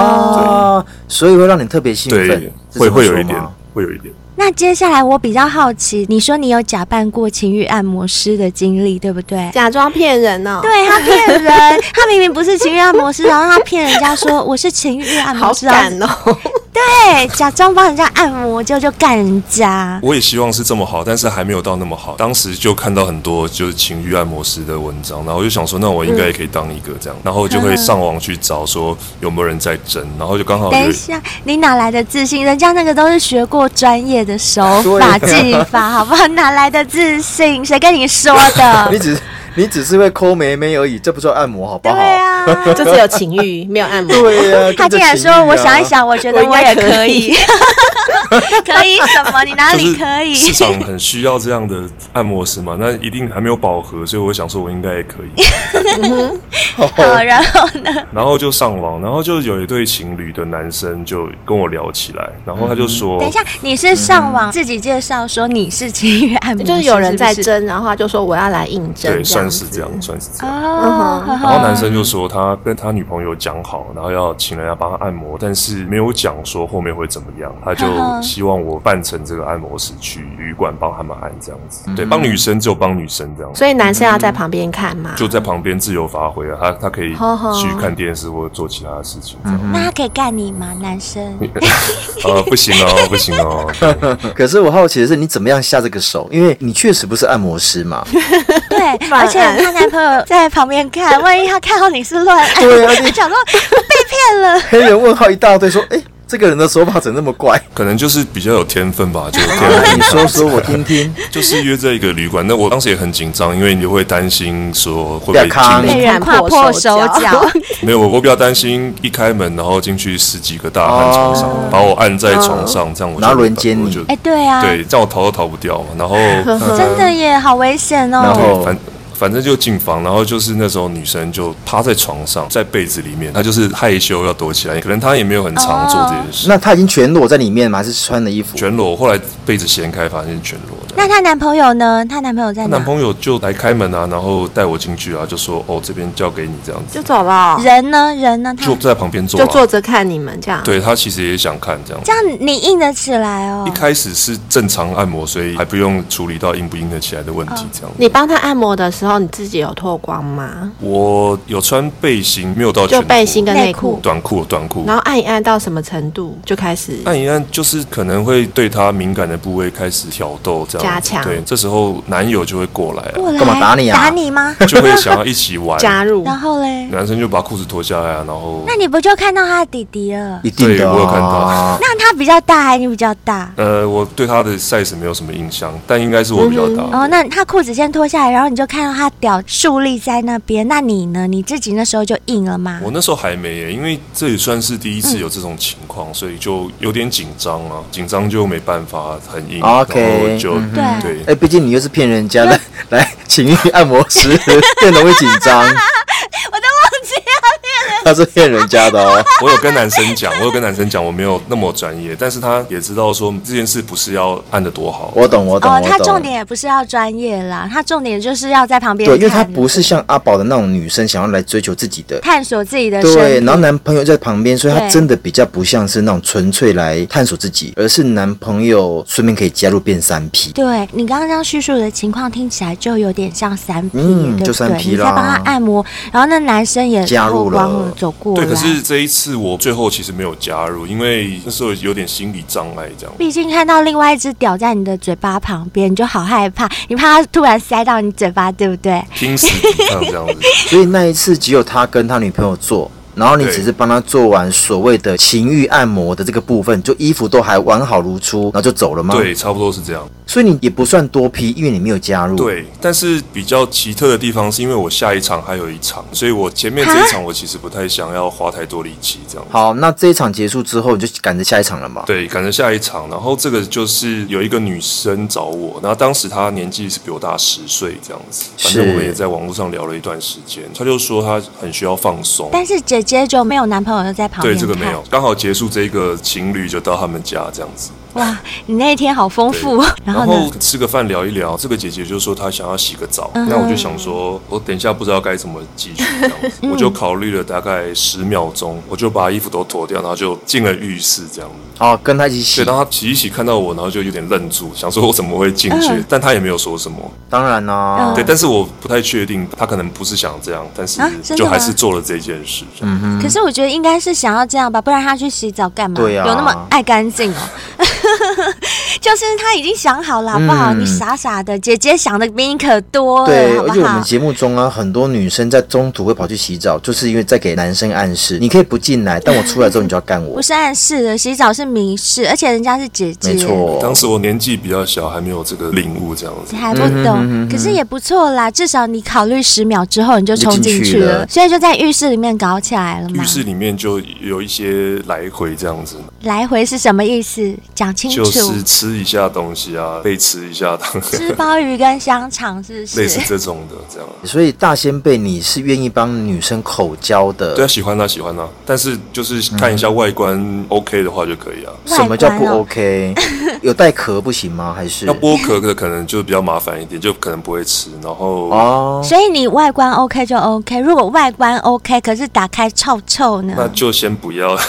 [SPEAKER 3] 哦，所以会让你特别兴
[SPEAKER 5] 对
[SPEAKER 3] 奋，，是
[SPEAKER 5] 会
[SPEAKER 3] 这么
[SPEAKER 5] 会有
[SPEAKER 3] 说
[SPEAKER 5] 一点
[SPEAKER 3] 吗，
[SPEAKER 5] 会有一点。
[SPEAKER 4] 那接下来我比较好奇，你说你有假扮过情欲按摩师的经历，对不 对？
[SPEAKER 2] 假装骗人哦，
[SPEAKER 4] 对他骗人， 他明明不是情欲按摩师，然后他骗人家说我是情欲按
[SPEAKER 2] 好
[SPEAKER 4] 摩师，然后
[SPEAKER 2] 赶哦，
[SPEAKER 4] 对，假装帮人家按摩，结果就干人家。
[SPEAKER 5] 我也希望是这么好，但是还没有到那么好。当时就看到很多就是情欲按摩师的文章，然后我就想说，那我应该也可以当一个这样，然后就会上网去找说有没有人在争，然后就刚好
[SPEAKER 4] 等
[SPEAKER 5] 有
[SPEAKER 4] 一下，你哪来的自信？人家那个都是学过专业的手法技
[SPEAKER 3] 对啊
[SPEAKER 4] 法，好不好？哪来的自信？谁跟你说的
[SPEAKER 3] 你？只你只是会抠眉眉而已，这不叫按摩好不
[SPEAKER 4] 对
[SPEAKER 3] 好？
[SPEAKER 4] 啊，
[SPEAKER 2] 就只有情欲，没有按 摩。
[SPEAKER 3] 对啊，
[SPEAKER 4] 他
[SPEAKER 3] 跟着
[SPEAKER 4] 竟然
[SPEAKER 3] 情欲啊
[SPEAKER 4] 说：“我想一，想，我觉得
[SPEAKER 2] 我应
[SPEAKER 4] 我
[SPEAKER 2] 该
[SPEAKER 4] 也可以。” 可以什么？啊你哪
[SPEAKER 5] 就是
[SPEAKER 4] 里可以？
[SPEAKER 5] 市场很需要这样的按摩师嘛，那一定还没有饱和，所以我想说我应该也可 以。
[SPEAKER 4] 好，呃然后呢？
[SPEAKER 5] 然后就上网，然后就有一对情侣的男生就跟我聊起来，然后他就说，
[SPEAKER 4] 嗯等一下，你是上网自己介绍说你是情欲按摩师，
[SPEAKER 2] 嗯就是有人在
[SPEAKER 4] 是不是
[SPEAKER 2] 争，然后他就说我要来应征，这
[SPEAKER 5] 对，
[SPEAKER 2] 样
[SPEAKER 5] 算
[SPEAKER 2] 子
[SPEAKER 5] 是这样，算是这样。
[SPEAKER 4] 哦。
[SPEAKER 2] 嗯
[SPEAKER 5] 然后男生就说他跟他女朋友讲好，然后要请人家帮他按摩，但是没有讲说后面会怎么样，他就
[SPEAKER 4] 嗯
[SPEAKER 5] 希望我扮成这个按摩师去旅馆帮他们按这样子，对，帮女生就帮女生这样子。
[SPEAKER 2] 嗯所以男生要在旁边看嘛，
[SPEAKER 5] 就在旁边自由发挥啊，他他可以
[SPEAKER 2] 好好
[SPEAKER 5] 去看电视或者做其他的事情，
[SPEAKER 2] 嗯
[SPEAKER 5] 这样。
[SPEAKER 4] 那他可以干你吗？男生
[SPEAKER 5] 呃，不行 哦，不行哦，对
[SPEAKER 3] 可是我好奇的是，你怎么样下这个手？因为你确实不是按摩师嘛。
[SPEAKER 4] 对，
[SPEAKER 2] 乱
[SPEAKER 4] 而且
[SPEAKER 2] 按
[SPEAKER 4] 她男朋友在旁边看，万一他看到你是乱按，
[SPEAKER 3] 对啊
[SPEAKER 4] 我想说被骗了。
[SPEAKER 3] 黑人问号一大堆，说：“哎、这个人的手法怎么那么 怪
[SPEAKER 5] 可能就是比较有天分吧，就有？”天
[SPEAKER 3] 那
[SPEAKER 5] 分
[SPEAKER 3] 你。说说我听听。
[SPEAKER 5] 就是约在一个旅馆，那我当时也很紧张，因为你就会担心说会不
[SPEAKER 3] 被坑
[SPEAKER 5] 会进
[SPEAKER 2] 被
[SPEAKER 4] 人
[SPEAKER 2] 人
[SPEAKER 4] 跨破
[SPEAKER 2] 破
[SPEAKER 4] 手脚
[SPEAKER 2] 脚，
[SPEAKER 5] 没有，我我比较担心一开门，然后进去十几个大汉床上，把我按在床上，这样
[SPEAKER 3] 哦
[SPEAKER 5] 我就
[SPEAKER 3] 然后轮奸你
[SPEAKER 5] 我就
[SPEAKER 4] 哎，对啊，
[SPEAKER 5] 对，这样我逃都逃不掉嘛。然 后
[SPEAKER 4] 真的耶，好危险
[SPEAKER 3] 然
[SPEAKER 4] 哦。
[SPEAKER 3] 后
[SPEAKER 5] 对反反正就进房，然后就是那时候女生就趴在床上，在被子里面，她就是害羞要躲起来，可能她也没有很常做这件事。
[SPEAKER 3] 那他已经全裸在里面吗？还是穿的衣服？
[SPEAKER 5] 全裸，后来被子掀开，发现是全裸的。
[SPEAKER 4] 那她男朋友呢？她男朋友在
[SPEAKER 5] 她
[SPEAKER 4] 哪
[SPEAKER 5] 男？朋友就来开门啊，然后带我进去啊，就说哦这边交给你这样子
[SPEAKER 2] 就，走了，
[SPEAKER 4] 人呢？人呢？他
[SPEAKER 5] 就在旁边坐、
[SPEAKER 2] 就
[SPEAKER 5] 啊。
[SPEAKER 2] 坐着看你们这样。
[SPEAKER 5] 对她其实也想看这样
[SPEAKER 4] 这。样你硬得起来哦
[SPEAKER 2] 嗯
[SPEAKER 5] 一。开始是正常按摩，所以还不用处理到硬不硬得起来的问题。这样，
[SPEAKER 2] 你帮他按摩的时候，你自己有脱光吗？
[SPEAKER 5] 我有穿背心，没有到全
[SPEAKER 2] 就
[SPEAKER 5] 裸
[SPEAKER 2] 背心跟内
[SPEAKER 4] 内
[SPEAKER 2] 裤，
[SPEAKER 5] 短裤，短裤
[SPEAKER 2] 然。后按一按到什么程度就开始
[SPEAKER 5] 按一按，就是可能会对他敏感的部位开始挑逗，这样
[SPEAKER 2] 加强
[SPEAKER 5] 对，这时候男友就会过来、
[SPEAKER 4] 过
[SPEAKER 5] 啊，
[SPEAKER 4] 来
[SPEAKER 3] 干嘛打你啊
[SPEAKER 4] 打你吗？
[SPEAKER 5] 就会想要一起 玩。
[SPEAKER 2] 加入。
[SPEAKER 4] 然后嘞，
[SPEAKER 5] 男生就把裤子脱下来、啊，然后
[SPEAKER 4] 那你不就看到他的弟弟了？
[SPEAKER 3] 一定
[SPEAKER 5] 对
[SPEAKER 3] 的、
[SPEAKER 5] 我有看
[SPEAKER 3] 哦
[SPEAKER 5] 到。
[SPEAKER 4] 那他比较大还是你比较大？
[SPEAKER 5] 呃，我对他的 size 没有什么印象，但应该是我比较
[SPEAKER 2] 嗯
[SPEAKER 5] 大。
[SPEAKER 4] 哦，那他裤子先脱下来，然后你就看到他屌竖立在那边。那你呢？你自己那时候就硬了吗？
[SPEAKER 5] 我那时候还没耶，因为这也算是第一次有这种情况，所以就有点紧张啊，紧张就没办法，很硬
[SPEAKER 3] OK，
[SPEAKER 5] 然后就、
[SPEAKER 3] 嗯
[SPEAKER 4] 对啊
[SPEAKER 5] 对
[SPEAKER 3] 哎、毕竟你又是骗人家的， 来请欲按摩师 更容易紧张。
[SPEAKER 4] 我都忘记了。
[SPEAKER 3] 他是骗人家的哦。
[SPEAKER 5] 我有跟男生讲， 我有跟男生讲，我没有那么专业，但是他也知道说这件事不是要按的多好，
[SPEAKER 3] 我懂，我懂，
[SPEAKER 4] 哦，
[SPEAKER 3] 我
[SPEAKER 4] 他
[SPEAKER 3] 懂
[SPEAKER 4] 重点也不是要专业啦，他重点就是要在旁边
[SPEAKER 3] 对，因为他
[SPEAKER 4] 看
[SPEAKER 3] 不是像阿宝的那种女生，想要来追求自己的。
[SPEAKER 4] 探索自己的
[SPEAKER 3] 对，
[SPEAKER 4] 身体
[SPEAKER 3] 然后男朋友在旁边，所以他
[SPEAKER 4] 对
[SPEAKER 3] 真的比较不像是那种纯粹来探索自己，而是男朋友顺便可以加入变三 P。
[SPEAKER 4] 对你刚刚这样叙述的情况，听起来就有点像三 P，、
[SPEAKER 3] 嗯
[SPEAKER 4] 对不对？
[SPEAKER 3] 就三 P
[SPEAKER 4] 你在帮他
[SPEAKER 3] 啦
[SPEAKER 4] 按摩，然后那男生也
[SPEAKER 3] 加入
[SPEAKER 4] 脱光了
[SPEAKER 3] 了
[SPEAKER 4] 走过
[SPEAKER 5] 对，
[SPEAKER 4] 来
[SPEAKER 5] 可。是这一次我最后其实没有加入，因为那时候有点心理障碍这样。
[SPEAKER 4] 毕竟看到另外一只屌在你的嘴巴旁边，你就好害怕，你怕它突然塞到你嘴巴，对不对？
[SPEAKER 5] 拼死抵抗这样 子，
[SPEAKER 3] 所以那一次只有他跟他女朋友做，然后你
[SPEAKER 5] 对
[SPEAKER 3] 只是帮他做完所谓的情欲按摩的这个部分，就衣服都还完好如初，然后就走了吗？，
[SPEAKER 5] 对，差不多是这样。
[SPEAKER 3] 所以你也不算多批，因为你没有加入。，
[SPEAKER 5] 对，但是比较奇特的地方是因为我下一场还有一场，所以我前面这一场我其实不太想要花太多力气这样。
[SPEAKER 3] 好，那这一场结束之后，你就赶着下一场了嘛？
[SPEAKER 5] 对，赶着下一场，然后这个就是有一个女生找我，然后当时她年纪是比我大十岁这样子，反正
[SPEAKER 3] 是
[SPEAKER 5] 我们也在网络上聊了一段时间，她就说她很需要放松，
[SPEAKER 4] 但是姐姐就没有男朋友，就在旁边看。
[SPEAKER 5] 对这个没有，刚好结束这个情侣就到他们家这样子，
[SPEAKER 4] 哇，你那一天好丰富。 然后
[SPEAKER 5] 然
[SPEAKER 4] 呢
[SPEAKER 5] 后？吃个饭聊一聊，这个姐姐就说她想要洗个澡，
[SPEAKER 4] 嗯
[SPEAKER 5] 那我就想说，我等一下不知道该怎么继续 这样
[SPEAKER 4] 嗯
[SPEAKER 5] 子，我就考虑了大概十秒钟，我就把衣服都脱掉，然后就进了浴室这样子。
[SPEAKER 3] 好，哦跟他一起洗
[SPEAKER 5] 对，。然后她洗一洗看到我，然后就有点愣住，想说我怎么会进去，
[SPEAKER 4] 嗯
[SPEAKER 5] 但她也没有说什么。
[SPEAKER 3] 当然啦、
[SPEAKER 4] 嗯
[SPEAKER 5] 对，但是我不太确定，她可能不是想这样，但是
[SPEAKER 4] 啊真的
[SPEAKER 5] 就还
[SPEAKER 4] 吗
[SPEAKER 5] 是做了这件事。嗯，
[SPEAKER 4] 可是我觉得应该是想要这样吧，不然他去洗澡干嘛？
[SPEAKER 3] 对啊
[SPEAKER 4] 有那么爱干净哦。 就是他已经想好了，好不好？
[SPEAKER 3] 嗯
[SPEAKER 4] 你傻傻的，姐姐想的比你可多
[SPEAKER 3] 对，
[SPEAKER 4] 了，好
[SPEAKER 3] 而
[SPEAKER 4] 不
[SPEAKER 3] 且我们
[SPEAKER 4] 好？
[SPEAKER 3] 节目中啊，很多女生在中途会跑去洗澡，就是因为在给男生暗示，你可以不进来，但我出来之后你就要干我
[SPEAKER 4] 不。是暗示的，洗澡是明示，而且人家是姐姐，
[SPEAKER 3] 没错，
[SPEAKER 5] 当时我年纪比较小，还没有这个领悟这样子
[SPEAKER 4] 你。还
[SPEAKER 5] 嗯
[SPEAKER 4] 不懂，可是也不错啦，至少你考虑十秒之后你就冲进
[SPEAKER 3] 就
[SPEAKER 4] 去
[SPEAKER 3] 进去
[SPEAKER 4] 了，
[SPEAKER 3] 了
[SPEAKER 4] 所以就在浴室里面搞起来了嘛
[SPEAKER 5] 浴。室里面就有一些来回这样子，
[SPEAKER 4] 来回是什么意思？讲清楚。
[SPEAKER 5] 就是吃一下东西啊，被吃一下当
[SPEAKER 4] 吃鲍鱼跟香肠是不
[SPEAKER 5] 类似
[SPEAKER 4] 是？
[SPEAKER 5] 这种的这样。
[SPEAKER 3] 所以大先辈你是愿意帮女生口交的。
[SPEAKER 5] 对啊，喜欢他喜欢他，但是就是看一下外观 OK 的话就可以啊。
[SPEAKER 4] 外
[SPEAKER 3] 什么叫不
[SPEAKER 4] 观哦
[SPEAKER 3] OK？有带壳不行吗？还是
[SPEAKER 5] 要剥壳的可能就比较麻烦一点，就可能不会吃。然后、
[SPEAKER 3] 哦？
[SPEAKER 4] 所以你外观 OK 就 OK，如果外观 OK，可是打开臭臭
[SPEAKER 5] 那
[SPEAKER 4] 呢？
[SPEAKER 5] 就先不要。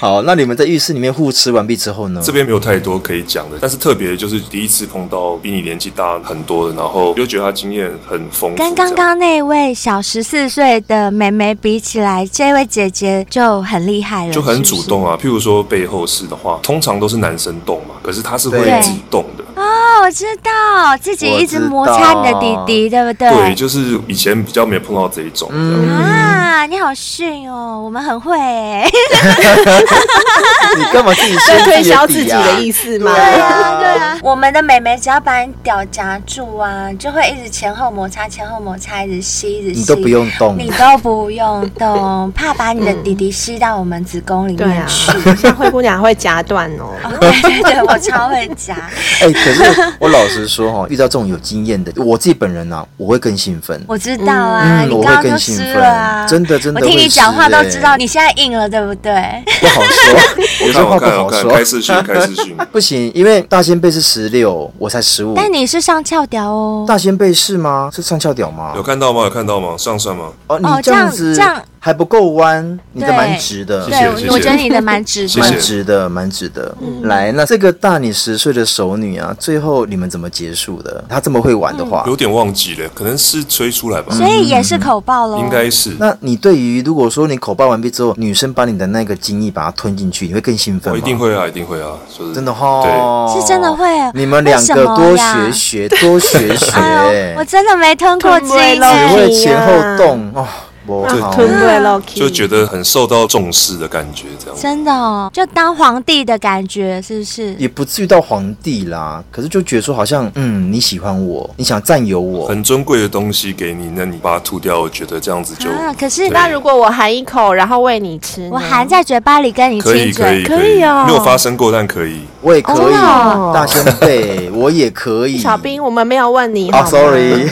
[SPEAKER 3] 好，那你们在浴室里面互吃完毕之后呢？
[SPEAKER 5] 这边没有太多可以讲的，但是特别就是第一次碰到比你年纪大很多的，然后就觉得他经验很丰富。
[SPEAKER 4] 跟刚刚那位小十四岁的妹妹比起来，这位姐姐就很厉害了，
[SPEAKER 5] 就很
[SPEAKER 4] 是不
[SPEAKER 5] 主
[SPEAKER 4] 是。
[SPEAKER 5] 动啊，譬如说背后事的话，通常都是男生动嘛，可是他是会
[SPEAKER 3] 对
[SPEAKER 5] 自己动的。
[SPEAKER 4] 哦，我知道，自己一直摩擦你的弟弟，对不对？
[SPEAKER 5] 对，就是以前比较没有碰到这一种。这
[SPEAKER 3] 嗯
[SPEAKER 5] 样
[SPEAKER 4] 啊，你好逊哦，我们很会哎、
[SPEAKER 3] 你 干嘛自己
[SPEAKER 2] 在
[SPEAKER 3] 先
[SPEAKER 2] 推销自
[SPEAKER 3] 自
[SPEAKER 2] 己的意
[SPEAKER 3] 思？
[SPEAKER 2] 思吗？
[SPEAKER 4] 对啊，对啊， 我们的美眉只要把你屌夹住啊，就会一直前后摩擦，前后摩擦，一直吸，一直吸。
[SPEAKER 3] 你都不用动
[SPEAKER 4] 你都不用动，怕把你的弟弟吸到我们子宫里
[SPEAKER 2] 对
[SPEAKER 4] 面
[SPEAKER 2] 啊
[SPEAKER 4] 去。，
[SPEAKER 2] 像灰姑娘会夹断 哦。
[SPEAKER 4] 哦对对对， 我超会夹。
[SPEAKER 3] 哎、可是我老实说哈、遇到这种有经验的，我自己本人呐、啊，我会更兴奋。
[SPEAKER 4] 我知道啊，
[SPEAKER 3] 嗯
[SPEAKER 4] 你刚刚就湿了
[SPEAKER 3] 我会更兴
[SPEAKER 4] 啊，
[SPEAKER 3] 奋真的真的
[SPEAKER 4] 我听你讲话
[SPEAKER 3] 会湿
[SPEAKER 4] 都
[SPEAKER 3] 欸
[SPEAKER 4] 知道你现在硬了，对不对？
[SPEAKER 3] 不好 说，
[SPEAKER 5] 我
[SPEAKER 3] 有
[SPEAKER 5] 看
[SPEAKER 3] 些
[SPEAKER 5] 我
[SPEAKER 3] 话不
[SPEAKER 5] 看我
[SPEAKER 3] 好
[SPEAKER 5] 看，开
[SPEAKER 3] 说。
[SPEAKER 5] 视讯开视 讯。
[SPEAKER 3] 不行，因为大仙贝是十六，我才十五。
[SPEAKER 4] 但你是上翘屌哦，
[SPEAKER 3] 大仙贝是吗？是上翘屌吗
[SPEAKER 5] 有？看到吗？有看到吗？上算吗？
[SPEAKER 3] 哦，你
[SPEAKER 4] 哦这
[SPEAKER 3] 这
[SPEAKER 4] 样
[SPEAKER 3] 样子
[SPEAKER 4] 这样
[SPEAKER 3] 还不够弯，你的
[SPEAKER 4] 对
[SPEAKER 3] 蛮直的。
[SPEAKER 5] 谢谢
[SPEAKER 4] 对，
[SPEAKER 5] 谢
[SPEAKER 4] 我
[SPEAKER 5] 谢
[SPEAKER 4] 觉得你的蛮 直
[SPEAKER 5] 谢谢
[SPEAKER 4] 的。
[SPEAKER 3] 蛮值的，蛮值的。来，那这个大你十岁的熟女啊，最后你们怎么结束的？她这么会玩的话，
[SPEAKER 5] 有点忘记了，可能是吹出来吧，
[SPEAKER 4] 所以也是口爆喽，
[SPEAKER 5] 应该是。
[SPEAKER 3] 那你对于如果说你口爆完毕之后，女生把你的那个精液把它吞进去，你会更兴奋
[SPEAKER 5] 我
[SPEAKER 3] 吗？
[SPEAKER 5] 一定会啊，一定会啊，就是
[SPEAKER 3] 真的哈，
[SPEAKER 4] 是真的。会。啊
[SPEAKER 3] 你们两个
[SPEAKER 4] 为
[SPEAKER 3] 多
[SPEAKER 4] 什么呀
[SPEAKER 3] 学学，多学
[SPEAKER 4] 哎
[SPEAKER 3] 学
[SPEAKER 4] 呦，我真的没吞过
[SPEAKER 2] 吞
[SPEAKER 4] 鸡
[SPEAKER 2] 不会
[SPEAKER 4] 呢
[SPEAKER 2] 漏
[SPEAKER 3] 只
[SPEAKER 2] 气
[SPEAKER 3] 会
[SPEAKER 4] 啊
[SPEAKER 3] 前后动哦，我
[SPEAKER 2] 啊
[SPEAKER 3] 好。
[SPEAKER 2] 吞对 Loki，
[SPEAKER 5] 对，就觉得很受到重视的感觉，这样。
[SPEAKER 4] 真的哦，就当皇帝的感觉是不是？
[SPEAKER 3] 也不至于到皇帝啦，可是就觉得说好像，嗯，你喜欢我，你想占有我，
[SPEAKER 5] 很珍贵的东西给你，那你把它吐掉，我觉得这样子就
[SPEAKER 4] 啊，可是
[SPEAKER 5] 对
[SPEAKER 2] 那如果我含一口，然后喂你吃呢，
[SPEAKER 4] 我含在嘴巴里跟你
[SPEAKER 5] 可以，
[SPEAKER 4] 亲
[SPEAKER 5] 可以，
[SPEAKER 4] 嘴，
[SPEAKER 2] 可以哦
[SPEAKER 5] 没有发生过，但可以。
[SPEAKER 3] 我也可
[SPEAKER 4] 哦
[SPEAKER 3] 以，
[SPEAKER 4] 真的哦
[SPEAKER 3] 大先辈，我也可 以。
[SPEAKER 2] 小兵，我们没有问
[SPEAKER 5] 哦
[SPEAKER 2] 你好
[SPEAKER 3] 啊
[SPEAKER 2] 吗
[SPEAKER 3] ，sorry，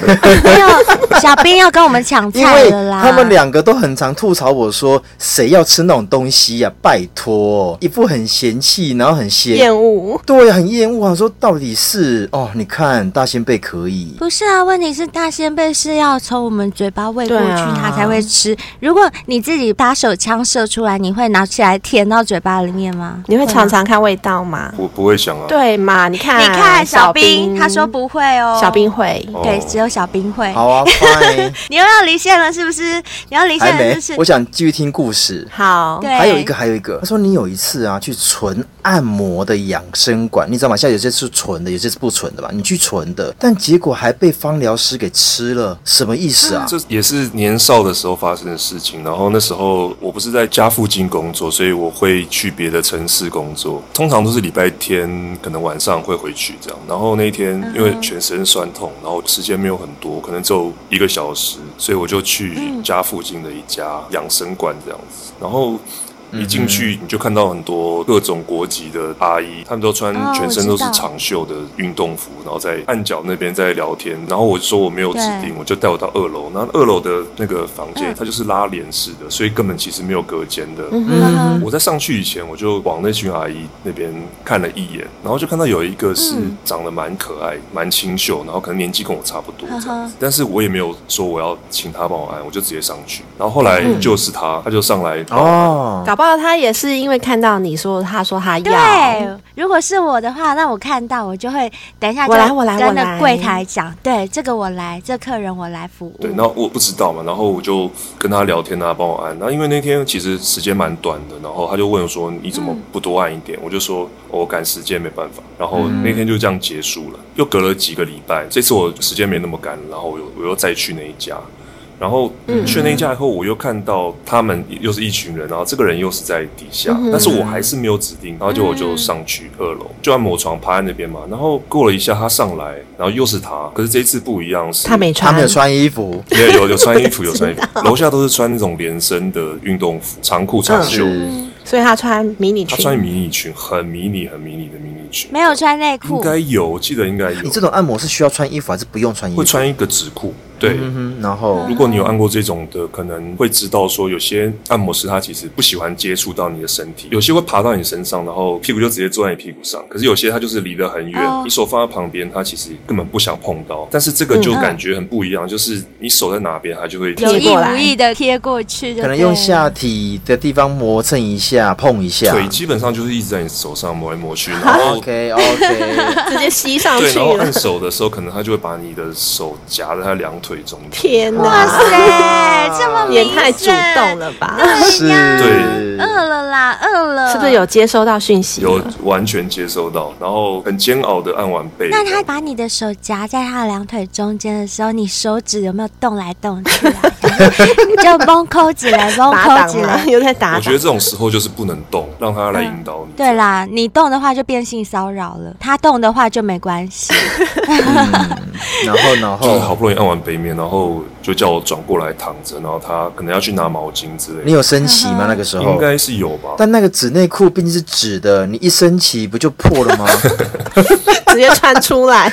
[SPEAKER 4] 没有哎小兵要跟我们抢
[SPEAKER 3] 因
[SPEAKER 4] 菜
[SPEAKER 3] 为
[SPEAKER 4] 了啦。
[SPEAKER 3] 他们两个都很常吐槽我说，谁要吃那种东西呀、拜托，一副很嫌弃，然后很嫌，
[SPEAKER 2] 厌恶。
[SPEAKER 3] 对，很厌恶。我想说到底是哦，你看大先辈可以，
[SPEAKER 4] 不是啊，问题是大仙贝是要从我们嘴巴喂过去，
[SPEAKER 2] 对啊
[SPEAKER 4] 它才会吃。如果你自己把手枪射出来，你会拿起来舔到嘴巴里面吗？
[SPEAKER 2] 你会
[SPEAKER 4] 吗
[SPEAKER 2] 尝尝看味道吗？
[SPEAKER 5] 我不会想啊，
[SPEAKER 2] 对嘛？你看，
[SPEAKER 4] 你看小
[SPEAKER 2] 哎小
[SPEAKER 4] 兵，他说不会哦。
[SPEAKER 2] 小兵会，
[SPEAKER 5] 哦
[SPEAKER 4] 对，只有小兵会。
[SPEAKER 3] 哦好 啊，fine，
[SPEAKER 4] 你又要离线了是不是？然后林
[SPEAKER 3] 还
[SPEAKER 4] 先生
[SPEAKER 3] 没
[SPEAKER 4] 就是，
[SPEAKER 3] 我想继续听故事。
[SPEAKER 2] 好，
[SPEAKER 4] 对
[SPEAKER 3] 还有一个，还有一个，他说你有一次啊，去存按摩的养生馆，你知道吗？现在有些是纯的，有些是不纯的吧？你去纯的，但结果还被芳疗师给吃了，什么意思啊？
[SPEAKER 5] 这也是年少的时候发生的事情。然后那时候我不是在家附近工作，所以我会去别的城市工作。通常都是礼拜天，可能晚上会回去这样。然后那一天因为全身酸痛，然后时间没有很多，可能只有一个小时，所以我就去家附近的一家养生馆这样子。然后。一进去你就看到很多各种国籍的阿姨，她们都穿
[SPEAKER 4] 哦
[SPEAKER 5] 全
[SPEAKER 4] 我
[SPEAKER 5] 身
[SPEAKER 4] 知
[SPEAKER 5] 都是
[SPEAKER 4] 道
[SPEAKER 5] 长袖的运动服，然后在按脚那边在聊天。然后我就说我没有指
[SPEAKER 4] 对
[SPEAKER 5] 定，我就带我到二楼，然后二楼的那个房间、
[SPEAKER 4] 嗯
[SPEAKER 5] 它就是拉帘式的，所以根本其实没有隔间的。
[SPEAKER 4] 嗯
[SPEAKER 5] 我在上去以前，我就往那群阿姨那边看了一眼，然后就看到有一个是长得蛮可爱、蛮清秀，然后可能年纪跟我差不多这样
[SPEAKER 4] 嗯
[SPEAKER 5] 子，但是我也没有说我要请她帮我按，我就直接上去。然后后来
[SPEAKER 4] 嗯
[SPEAKER 5] 就是她，她就上来帮我按
[SPEAKER 3] 哦，
[SPEAKER 2] 搞不好他也是因为看到你说，他说他要，
[SPEAKER 4] 对，如果是我的话，那我看到我就会等一下就
[SPEAKER 2] 我来我来我
[SPEAKER 4] 跟那
[SPEAKER 2] 来
[SPEAKER 4] 柜台讲，对，这个我来，这客人我来服务。
[SPEAKER 5] 对，然后我不知道嘛，然后我就跟他聊天啊，帮我按。然后因为那天其实时间蛮短的，然后他就问我说：“你怎么
[SPEAKER 2] 嗯
[SPEAKER 5] 不多按一点？”我就说：“哦我赶时间没办法。”然后
[SPEAKER 2] 嗯
[SPEAKER 5] 那天就这样结束了。又隔了几个礼拜，这次我时间没那么赶，然后我又我又再去那一家。然后
[SPEAKER 2] 嗯
[SPEAKER 5] 去那一家以后，我又看到他们又是一群人，然后这个人又是在底下，
[SPEAKER 2] 嗯
[SPEAKER 5] 但是我还是没有指定，然后就我就上去二楼，就按摩床趴在那边嘛。然后过了一下，他上来，然后又是他，可是这一次不一样是，
[SPEAKER 2] 他没
[SPEAKER 3] 他
[SPEAKER 2] 穿，
[SPEAKER 3] 没有穿衣服，
[SPEAKER 5] 没有有有穿衣服， 有穿衣服。楼下都是穿那种连身的运动服，长裤
[SPEAKER 4] 嗯
[SPEAKER 5] 长袖。
[SPEAKER 3] 是
[SPEAKER 2] 所以他穿迷你
[SPEAKER 5] 她
[SPEAKER 2] 裙，
[SPEAKER 5] 穿迷你裙，很迷你，很迷你的迷你裙。
[SPEAKER 4] 没有穿内
[SPEAKER 5] 应
[SPEAKER 4] 裤，
[SPEAKER 5] 该有，我记得应该有
[SPEAKER 3] 你。这种按摩是需要穿衣服还是不用穿衣服？
[SPEAKER 5] 会穿一个纸裤，对。
[SPEAKER 3] 嗯哼，然后
[SPEAKER 5] 如果你有按过这种的，可能会知道说，有些按摩师他其实不喜欢接触到你的身体，有些会爬到你身上，然后屁股就直接坐在你屁股上。可是有些他就是离得很远，
[SPEAKER 4] 哦
[SPEAKER 5] 你手放在旁边，他其实根本不想碰到。但是这个就感觉很不一样，就是你手在哪边，他就会
[SPEAKER 4] 嗯有
[SPEAKER 2] 贴
[SPEAKER 4] 意
[SPEAKER 2] 过来
[SPEAKER 4] 无意的贴过去就对了，
[SPEAKER 3] 可能用下体的地方磨蹭一下、碰一下。
[SPEAKER 5] 腿基本上就是一直在你手上磨来磨去，然后
[SPEAKER 3] OK OK，
[SPEAKER 2] 直接吸上
[SPEAKER 5] 对，
[SPEAKER 2] 去
[SPEAKER 5] 然后嗯按
[SPEAKER 2] 了。
[SPEAKER 5] 手的时候，可能他就会把你的手夹在他两腿中 间。
[SPEAKER 2] 天
[SPEAKER 4] 哇
[SPEAKER 2] 哪，
[SPEAKER 4] 塞，这么
[SPEAKER 2] 也
[SPEAKER 4] 明
[SPEAKER 2] 太主
[SPEAKER 4] 显
[SPEAKER 2] 动，了吧？
[SPEAKER 3] 是，
[SPEAKER 5] 对
[SPEAKER 4] 饿了啦，饿了，
[SPEAKER 2] 是不是？有接收到讯息？
[SPEAKER 4] 哦
[SPEAKER 5] 有完全接收到，然后很煎熬的按完背。
[SPEAKER 4] 那他把你的手夹在他的两腿中间的时候，你手指有没有动来动去啊？就崩扣起来，崩
[SPEAKER 2] 打
[SPEAKER 4] 扣
[SPEAKER 2] 档
[SPEAKER 4] 起
[SPEAKER 2] 吗？
[SPEAKER 4] 来。
[SPEAKER 2] 又在打
[SPEAKER 5] 我觉
[SPEAKER 2] 档
[SPEAKER 5] 得。这种时候就是不能动，让他来引导你。
[SPEAKER 4] 对啦，你动的话就变性骚扰了，他动的话就没关 系。
[SPEAKER 3] 嗯然后 然
[SPEAKER 5] 就是好
[SPEAKER 3] 后
[SPEAKER 5] 不容易按完背面，然后就叫我转过来躺着，然后他可能要去拿毛巾之类
[SPEAKER 3] 你
[SPEAKER 5] 的，
[SPEAKER 3] 有升旗
[SPEAKER 4] 嗯
[SPEAKER 3] 吗？那个时
[SPEAKER 5] 应
[SPEAKER 3] 候？
[SPEAKER 5] 该是有吧？
[SPEAKER 3] 但那个纸内裤毕竟是纸的，你一升旗不就破 了吗？
[SPEAKER 2] 直接穿出来，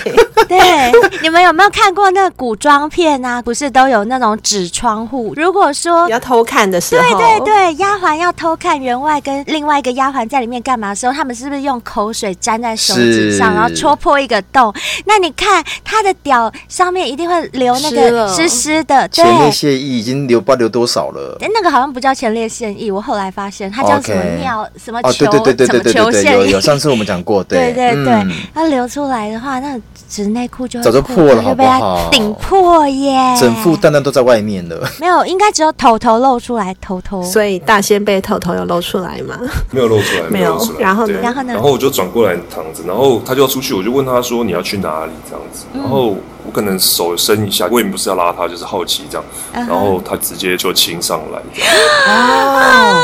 [SPEAKER 4] 对，你们有没有看过那古装片啊？不是都有那种纸窗户？如果说
[SPEAKER 2] 你要偷看的时候，
[SPEAKER 4] 对对对，丫鬟要偷看员外跟另外一个丫鬟在里面干嘛的时候，他们是不是用口水沾在手指上，
[SPEAKER 3] 是
[SPEAKER 4] 然后戳破一个洞？那你看他的屌上面一定会流那
[SPEAKER 2] 湿
[SPEAKER 4] 个
[SPEAKER 2] 了
[SPEAKER 4] 湿湿的，对。
[SPEAKER 3] 前列腺液已经流不知道流多少了。
[SPEAKER 4] 诶那个好像不叫前列腺液，我后来发现它叫什么
[SPEAKER 3] OK
[SPEAKER 4] 尿什么
[SPEAKER 3] 哦，
[SPEAKER 4] 球
[SPEAKER 3] 对对对对
[SPEAKER 4] 什
[SPEAKER 3] 对
[SPEAKER 4] 么
[SPEAKER 3] 对对
[SPEAKER 4] 球
[SPEAKER 3] 对，有
[SPEAKER 4] 腺
[SPEAKER 3] 有，
[SPEAKER 4] 液，
[SPEAKER 3] 上次我们讲过，
[SPEAKER 4] 对对对
[SPEAKER 3] 嗯，
[SPEAKER 4] 它流出来的话，那纸内裤就会
[SPEAKER 3] 早就破了
[SPEAKER 4] 就
[SPEAKER 3] 好
[SPEAKER 4] 被
[SPEAKER 3] 不
[SPEAKER 4] 它
[SPEAKER 3] 好
[SPEAKER 4] 顶破耶，
[SPEAKER 3] 整副蛋蛋都在外面 了。
[SPEAKER 4] 没有，应该只有头头露出来，头头。
[SPEAKER 2] 所以大仙贝头头有露出来 吗？
[SPEAKER 5] 没有露出来，
[SPEAKER 2] 没有
[SPEAKER 5] 有露出来。
[SPEAKER 2] 然后呢
[SPEAKER 5] 对
[SPEAKER 4] 然后呢
[SPEAKER 5] 然后我就转过来躺着，然后他就要出去，我就问他说你要去哪里这样子，然后我可能手伸一下，我也不是要拉他，就是好奇这样，然后他直接就亲上来这样。
[SPEAKER 3] 哦，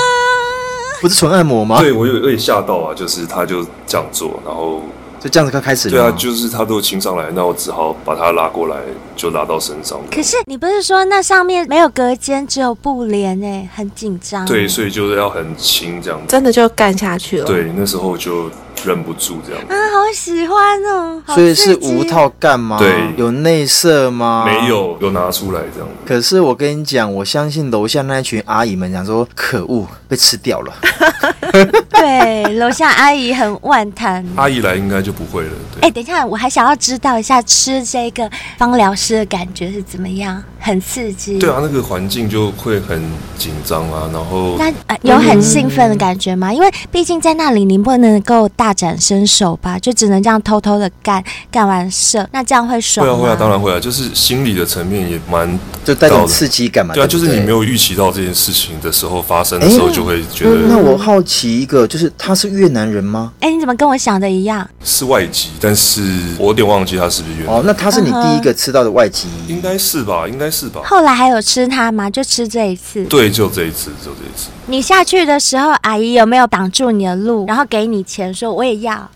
[SPEAKER 3] 不是纯按摩吗？
[SPEAKER 5] 对我有有点吓到啊，就是他就这样做，然后
[SPEAKER 3] 就这样子开始了
[SPEAKER 5] 对
[SPEAKER 3] 吗。
[SPEAKER 5] 啊，就是他都亲上来，那我只好把他拉过来，就拉到身上。
[SPEAKER 4] 可是你不是说那上面没有隔间，只有布帘哎、很紧张。
[SPEAKER 5] 对，所以就是要很轻这样子。
[SPEAKER 2] 真的就干下去了。
[SPEAKER 5] 对，那时候就忍不住这样。
[SPEAKER 4] 啊，好喜欢哦，好
[SPEAKER 3] 所以是
[SPEAKER 4] 刺激
[SPEAKER 3] 无套干吗？
[SPEAKER 5] 对
[SPEAKER 3] 有内射吗？
[SPEAKER 5] 没。有，有拿出来这样。
[SPEAKER 3] 可是我跟你讲，我相信楼下那一群阿姨们讲说，可恶，被吃掉了。
[SPEAKER 4] 啊对，楼下阿姨很万 谈。
[SPEAKER 3] 啊
[SPEAKER 5] 阿姨来应该就不会了。对，
[SPEAKER 4] 哎、等一下，我还想要知道一下吃这个芳疗师的感觉是怎么样。很刺激。
[SPEAKER 5] 对啊，那个环境就会很紧张啊，然后
[SPEAKER 4] 那、呃、有很兴奋的感觉吗？因为毕竟在那里你不能够大展身手吧，就只能这样偷偷的干，干完射，那这样会爽
[SPEAKER 5] 会啊
[SPEAKER 4] 吗？
[SPEAKER 5] 会啊，当然会啊，就是心理的层面也蛮
[SPEAKER 3] 就带
[SPEAKER 5] 高
[SPEAKER 3] 点
[SPEAKER 5] 的
[SPEAKER 3] 刺激感嘛。
[SPEAKER 5] 对啊，
[SPEAKER 3] 不
[SPEAKER 5] 就是你没有预期到这件事情的时候发生的时候，
[SPEAKER 3] 诶
[SPEAKER 5] 就会觉
[SPEAKER 3] 那那
[SPEAKER 5] 得
[SPEAKER 3] 我好奇一个，就是他是越南人吗？
[SPEAKER 4] 哎、你怎么跟我想的一样？
[SPEAKER 5] 是外籍，但是我有点忘记他是不是越南
[SPEAKER 3] 哦，那他是
[SPEAKER 4] 嗯
[SPEAKER 3] 你第一个吃到的外籍？
[SPEAKER 5] 应该是吧，应该是吧。
[SPEAKER 4] 后来还有吃它吗？就吃这一次。
[SPEAKER 5] 对，就这一次，就这一次。
[SPEAKER 4] 你下去的时候，阿姨有没有挡住你的路，然后给你钱说我也要？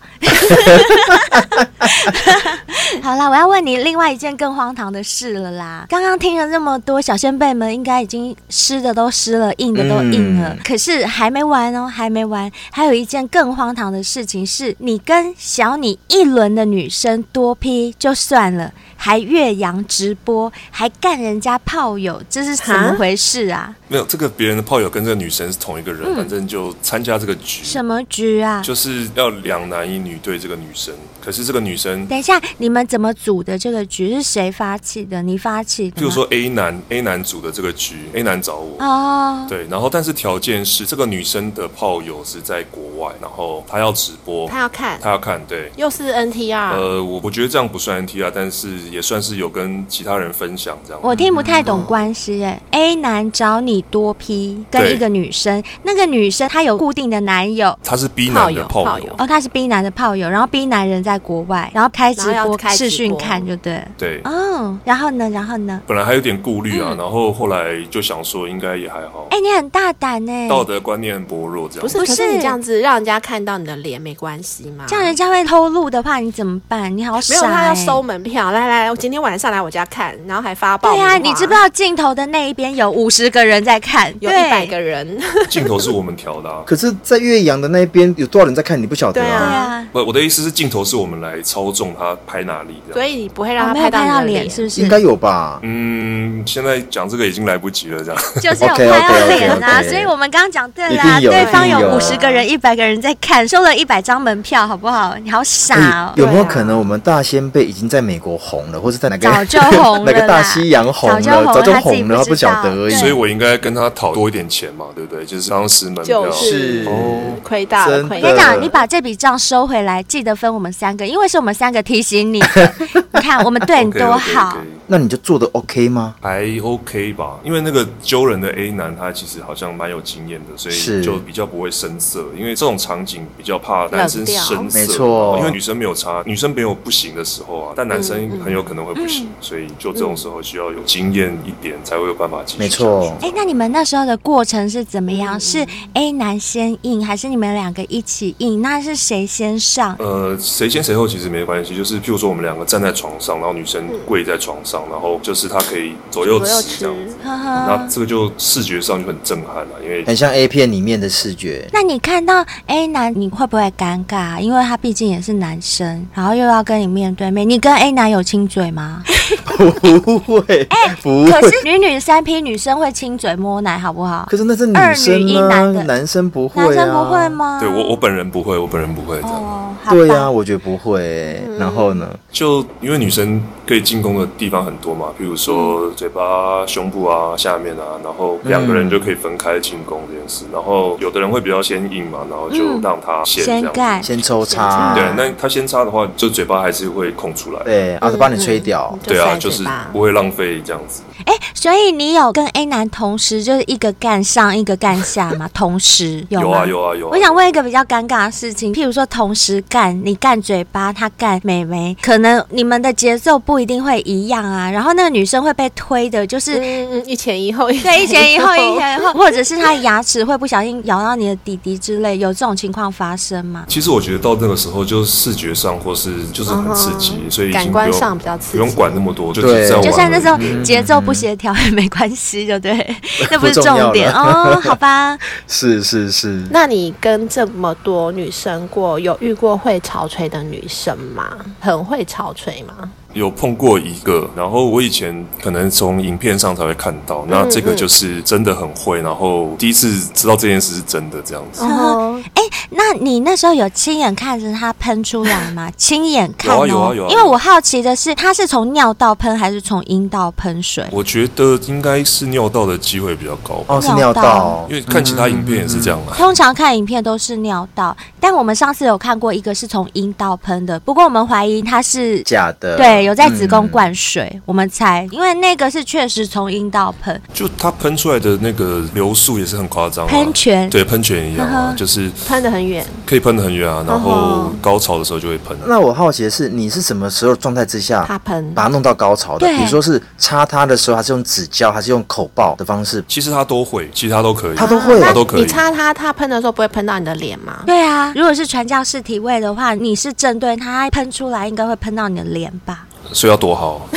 [SPEAKER 4] 好啦，我要问你另外一件更荒唐的事了啦。刚刚听了这么多，小先辈们应该已经湿的都湿了，硬的都硬了。
[SPEAKER 3] 嗯
[SPEAKER 4] 可是还没完哦，还没完，还有一件更荒唐的事情是，你跟小你一轮的女生多批就算了，还越洋直播，还干人家炮友，这是怎么
[SPEAKER 2] 哈
[SPEAKER 4] 回事啊？
[SPEAKER 5] 没有这个别人的炮友跟这个女生是同一个人，反正就参加这个局，
[SPEAKER 4] 什么局啊？
[SPEAKER 5] 就是要两男一女对这个女生。可是这个女生，
[SPEAKER 4] 等一下，你们怎么组的这个局是谁发起的？你发起的？
[SPEAKER 5] 譬如，说 A 男 A 男组的这个局，A 男找我。
[SPEAKER 4] 哦，
[SPEAKER 5] 对，然后但是条件是这个女生的炮友是在国外，然后她要直播，
[SPEAKER 2] 他要看，
[SPEAKER 5] 她要看，对，
[SPEAKER 2] 又是 NTR，
[SPEAKER 5] 呃，我我觉得这样不算 NT 啊，但是也算是有跟其他人分享这样。
[SPEAKER 4] 我听不太懂关系耶。A 男找你多批，跟
[SPEAKER 5] 嗯对
[SPEAKER 4] 一个女生，那个女生她有固定的男友。
[SPEAKER 5] 她是 B 男的
[SPEAKER 2] 炮友
[SPEAKER 5] 炮
[SPEAKER 2] 炮友
[SPEAKER 4] 哦，她是 B 男的炮友，然后 B 男人在国外，然后开直
[SPEAKER 2] 然后
[SPEAKER 4] 播
[SPEAKER 2] 要开直播
[SPEAKER 4] 视讯看，就对了。
[SPEAKER 5] 对，
[SPEAKER 2] 啊
[SPEAKER 4] 哦，然后呢，然后呢？
[SPEAKER 5] 本来还有点顾虑
[SPEAKER 2] 嗯
[SPEAKER 5] 啊，然后后来就想说应该也还好，
[SPEAKER 4] 哎，你很大胆呢，
[SPEAKER 5] 道德观念很薄弱这样。
[SPEAKER 2] 不是？
[SPEAKER 4] 不
[SPEAKER 2] 可
[SPEAKER 4] 是
[SPEAKER 2] 是你这样子让人家看到你的脸没关系吗？
[SPEAKER 4] 这样人家会偷录的话，你怎么办？你好傻
[SPEAKER 2] 没
[SPEAKER 4] 哎欸耶。
[SPEAKER 2] 有，他要收门票。来来，我今天晚上来我家看，然后还发报
[SPEAKER 4] 对
[SPEAKER 2] 名
[SPEAKER 4] 啊，
[SPEAKER 2] 花
[SPEAKER 4] 你知不知道镜头的那一边有五十个人在看，
[SPEAKER 2] 有
[SPEAKER 4] 对
[SPEAKER 2] 一百个人？
[SPEAKER 5] 镜头是我们调的、啊。
[SPEAKER 3] 可是，在岳阳的那边有多少人在看？你不晓得
[SPEAKER 2] 对
[SPEAKER 4] 对
[SPEAKER 2] 啊
[SPEAKER 4] 啊，
[SPEAKER 5] 不，我的意思是镜头是我们来操纵他拍哪里这
[SPEAKER 2] 所
[SPEAKER 5] 样。
[SPEAKER 2] 以你不会让
[SPEAKER 4] 哦
[SPEAKER 2] 他
[SPEAKER 4] 没有
[SPEAKER 2] 到
[SPEAKER 4] 拍
[SPEAKER 2] 你
[SPEAKER 4] 到
[SPEAKER 2] 的
[SPEAKER 4] 脸是不
[SPEAKER 3] 应
[SPEAKER 4] 是？
[SPEAKER 3] 该有吧？
[SPEAKER 5] 嗯，现在讲这个已经来不及了，这样。
[SPEAKER 4] 就是有
[SPEAKER 3] OK，OK，OK，OK
[SPEAKER 4] 拍到脸啊，
[SPEAKER 3] OK，OK
[SPEAKER 4] 所以我们刚刚讲对啦，
[SPEAKER 3] 一定有
[SPEAKER 4] 对方
[SPEAKER 2] 一定有
[SPEAKER 4] 五十个人、一百个人在看，收了一百张门票，好不好？你好傻哦。
[SPEAKER 3] 哎有没有
[SPEAKER 2] 对啊
[SPEAKER 3] 可能我们大先辈已经在美国红了，或是在哪个
[SPEAKER 4] 早就红 了啦
[SPEAKER 3] 哪个大西洋红了，
[SPEAKER 4] 早就红了
[SPEAKER 3] 早就
[SPEAKER 4] 他自己
[SPEAKER 3] 红了，
[SPEAKER 4] 不
[SPEAKER 3] 他不
[SPEAKER 4] 知道
[SPEAKER 3] 晓得而已。
[SPEAKER 4] 对
[SPEAKER 5] 所以我应该跟他讨多一点钱嘛，对不对？就是当时门票。
[SPEAKER 2] 就是
[SPEAKER 5] 哦
[SPEAKER 2] 亏大了，
[SPEAKER 3] 真的
[SPEAKER 2] 亏
[SPEAKER 4] 我
[SPEAKER 2] 大
[SPEAKER 4] 跟你
[SPEAKER 2] 了。
[SPEAKER 4] 讲，你把这笔账收回来，记得分我们三个，因为是我们三个提醒你 的。你看，我们对你
[SPEAKER 5] OK，OK，OK
[SPEAKER 4] 多好。
[SPEAKER 3] 那你就做的 OK 吗？
[SPEAKER 5] 还 OK 吧，因为那个揪人的 A 男他其实好像蛮有经验的，所
[SPEAKER 3] 是
[SPEAKER 5] 以就比较不会生涩，因为这种场景比较怕男生
[SPEAKER 2] 冷掉
[SPEAKER 5] 生涩，
[SPEAKER 3] 没错
[SPEAKER 5] 因为女生没有差，女生没有不行的时候啊，但男生很有可能会不
[SPEAKER 2] 嗯
[SPEAKER 5] 行，所以就这种时候需要有经验一点才会有办法继续
[SPEAKER 3] 没错
[SPEAKER 5] 下去
[SPEAKER 4] 哎，那你们那时候的过程是怎么
[SPEAKER 3] 嗯
[SPEAKER 4] 样？是 A 男先硬，还是你们两个一起硬？那是谁先上？
[SPEAKER 5] 呃，谁先谁后其实没关系，就是譬如说我们两个站在床上，然后女生跪在床上，然后就是她可以左右
[SPEAKER 2] 嗯左右嗯
[SPEAKER 5] 吃哦
[SPEAKER 2] 吃
[SPEAKER 5] 这样子，
[SPEAKER 4] 呵
[SPEAKER 5] 那
[SPEAKER 4] 呵。
[SPEAKER 5] 这个就视觉上就很震撼了，因为
[SPEAKER 3] 很像 A 片里面的视 觉。
[SPEAKER 4] 那你看到 A 男，你会不会尴尬啊？因为他毕竟也是男生，然后又要跟你面对面。你跟 A 男有亲嘴吗？
[SPEAKER 3] 不会，不会。
[SPEAKER 4] 哎可是女女三 P 女生会亲嘴摸奶，好不好？
[SPEAKER 3] 可是那是女
[SPEAKER 4] 二女一
[SPEAKER 3] 生啊
[SPEAKER 4] 男，的
[SPEAKER 3] 男生不会啊。
[SPEAKER 4] 男生不会？吗？
[SPEAKER 5] 对我我本人不会，我本人不会这样。
[SPEAKER 4] 哦，好吧
[SPEAKER 3] 对
[SPEAKER 4] 嗯
[SPEAKER 3] 呀、啊，我觉得不会。然后呢？
[SPEAKER 5] 就因为女生可以进攻的地方很多嘛，譬如说嘴巴、胸部啊、下面啊，然后两个人就可以分开进攻这件事。然后有的人会比较先硬嘛，然后就让他先这
[SPEAKER 4] 先
[SPEAKER 5] 样子。
[SPEAKER 4] 干。
[SPEAKER 3] 先抽插。
[SPEAKER 5] 对，那他先插的话，就嘴巴还是会空出来。
[SPEAKER 3] 对，啊，就把你吹
[SPEAKER 4] 嗯
[SPEAKER 3] 掉。
[SPEAKER 5] 对啊，
[SPEAKER 2] 就
[SPEAKER 5] 就
[SPEAKER 2] 塞
[SPEAKER 5] 是
[SPEAKER 2] 嘴巴
[SPEAKER 5] 不会浪费这样子。
[SPEAKER 4] 哎、所以你有跟 A 男同时就是一个干上一个干下 吗？同时有
[SPEAKER 5] 有
[SPEAKER 4] 吗？
[SPEAKER 5] 啊有啊有啊。
[SPEAKER 4] 我想问一个比较尴尬的事情，譬如说同时干，你干嘴巴，他干美眉，可能你们的节奏不一定会一样啊。然后那个女生会被推的，就是、
[SPEAKER 2] 嗯，嗯一前一后，
[SPEAKER 4] 对一前一后，一前一后， 或者是她的牙齿会不小心咬到你的底底之类，有这种情况发生吗？
[SPEAKER 5] 其实我觉得到那个时候，就是视觉上或是就是很刺激，
[SPEAKER 2] 嗯哼
[SPEAKER 5] 所以已经
[SPEAKER 2] 感
[SPEAKER 5] 不
[SPEAKER 2] 官
[SPEAKER 5] 用
[SPEAKER 2] 上比较刺激
[SPEAKER 5] 不用管那么多，就
[SPEAKER 3] 对
[SPEAKER 5] 是在玩而已。嗯
[SPEAKER 4] 就算那时候节奏不协调也没关系，对不对？ 那不是
[SPEAKER 3] 不重要
[SPEAKER 4] 重点 哦，好吧。
[SPEAKER 3] 是是是。
[SPEAKER 2] 那你跟这么多女生过，有遇过会潮吹的女生吗？很会潮吹吗？
[SPEAKER 5] 有碰过一个，然后我以前可能从影片上才会看到，那这个就是真的很会，然后第一次知道这件事是真的这样子。
[SPEAKER 2] 哦，
[SPEAKER 4] 哎、那你那时候有亲眼看着它喷出来 吗？亲眼看哦，
[SPEAKER 5] 有啊有啊有啊
[SPEAKER 4] 因为我好奇的是，它是从尿道喷还是从阴道喷水？
[SPEAKER 5] 我觉得应该是尿道的机会比较高吧，
[SPEAKER 3] 哦，是尿
[SPEAKER 4] 尿
[SPEAKER 3] 道
[SPEAKER 4] 道，
[SPEAKER 5] 因为看其他影片也是这样啊。
[SPEAKER 4] 通常看影片都是尿道，但我们上次有看过一个是从阴道喷的，不过我们怀疑它是
[SPEAKER 3] 假的，
[SPEAKER 4] 对有在子宫
[SPEAKER 3] 嗯
[SPEAKER 4] 灌水，我们猜，因为那个是确实从阴道喷，
[SPEAKER 5] 就它喷出来的那个流速也是很夸张、啊，
[SPEAKER 4] 喷泉
[SPEAKER 5] 对喷泉一样啊，就是
[SPEAKER 2] 喷得很远。
[SPEAKER 5] 可以喷得很远啊，然
[SPEAKER 2] 嗯
[SPEAKER 5] 后
[SPEAKER 2] 哼
[SPEAKER 5] 高潮的时候就会喷。
[SPEAKER 3] 那我好奇的是，你是什么时候状态之下
[SPEAKER 2] 他喷
[SPEAKER 3] 把它弄到高潮的？
[SPEAKER 4] 对
[SPEAKER 3] 比如说是插它的时候，还是用指教，还是用口爆的方式？
[SPEAKER 5] 其实它都会，其实它都可以，
[SPEAKER 3] 它都会
[SPEAKER 5] 它都可
[SPEAKER 2] 你
[SPEAKER 5] 以。
[SPEAKER 2] 擦它，它喷的时候不会喷到你的脸吗？
[SPEAKER 4] 对啊，如果是传教士体位的话，你是正对它喷出来，应该会喷到你的脸吧？
[SPEAKER 5] 所以要多好，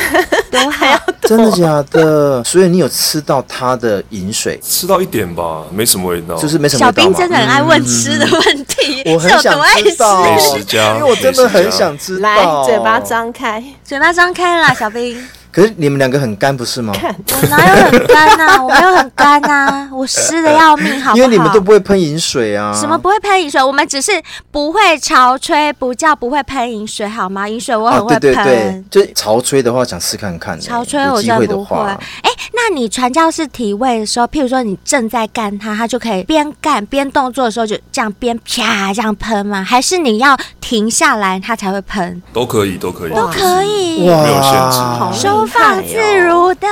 [SPEAKER 4] 多好！
[SPEAKER 3] 真的假 的？所以你有吃到它的饮水，
[SPEAKER 5] 吃到一点吧，没什么味道。
[SPEAKER 3] 就是没什么
[SPEAKER 4] 小
[SPEAKER 3] 味道
[SPEAKER 4] 兵
[SPEAKER 3] 嘛嗯
[SPEAKER 4] 真的很爱问吃的问题，
[SPEAKER 3] 哦我很
[SPEAKER 4] 是有
[SPEAKER 3] 想
[SPEAKER 4] 多爱
[SPEAKER 3] 知
[SPEAKER 4] 吃？
[SPEAKER 3] 道，哦
[SPEAKER 5] 美食家
[SPEAKER 3] 因为我真的很想知道。
[SPEAKER 2] 来，
[SPEAKER 3] 哦
[SPEAKER 2] 嘴巴。张开，
[SPEAKER 4] 嘴巴张开啦，小兵，
[SPEAKER 3] 可是你们两个很干，不是吗？
[SPEAKER 4] 我哪有很干 呐、我没有很干呐、我湿的要命，好不好？
[SPEAKER 3] 因为你们都不会喷饮水啊。
[SPEAKER 4] 什么不会喷饮水？我们只是不会潮吹，不叫不会喷饮水，好吗？饮水我
[SPEAKER 3] 啊
[SPEAKER 4] 很，会
[SPEAKER 3] 对
[SPEAKER 4] 喷。
[SPEAKER 3] 对对，就潮吹的话，想试看看、欸。
[SPEAKER 4] 潮吹
[SPEAKER 3] 有
[SPEAKER 4] 我
[SPEAKER 3] 机
[SPEAKER 4] 真
[SPEAKER 3] 会
[SPEAKER 4] 的
[SPEAKER 3] 的
[SPEAKER 4] 不会。
[SPEAKER 3] 话，
[SPEAKER 4] 哎、那你传教士体位的时候，譬如说你正在干它，它就可以边干边动作的时候就这样边啪这样喷吗？还是你要停下来它才会喷？
[SPEAKER 5] 都可以，都可以，
[SPEAKER 4] 都可以，
[SPEAKER 3] 哇，
[SPEAKER 5] 没有限制好
[SPEAKER 4] 收放自如的。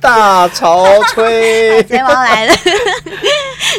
[SPEAKER 3] 大潮 吹。
[SPEAKER 4] 贼王来了，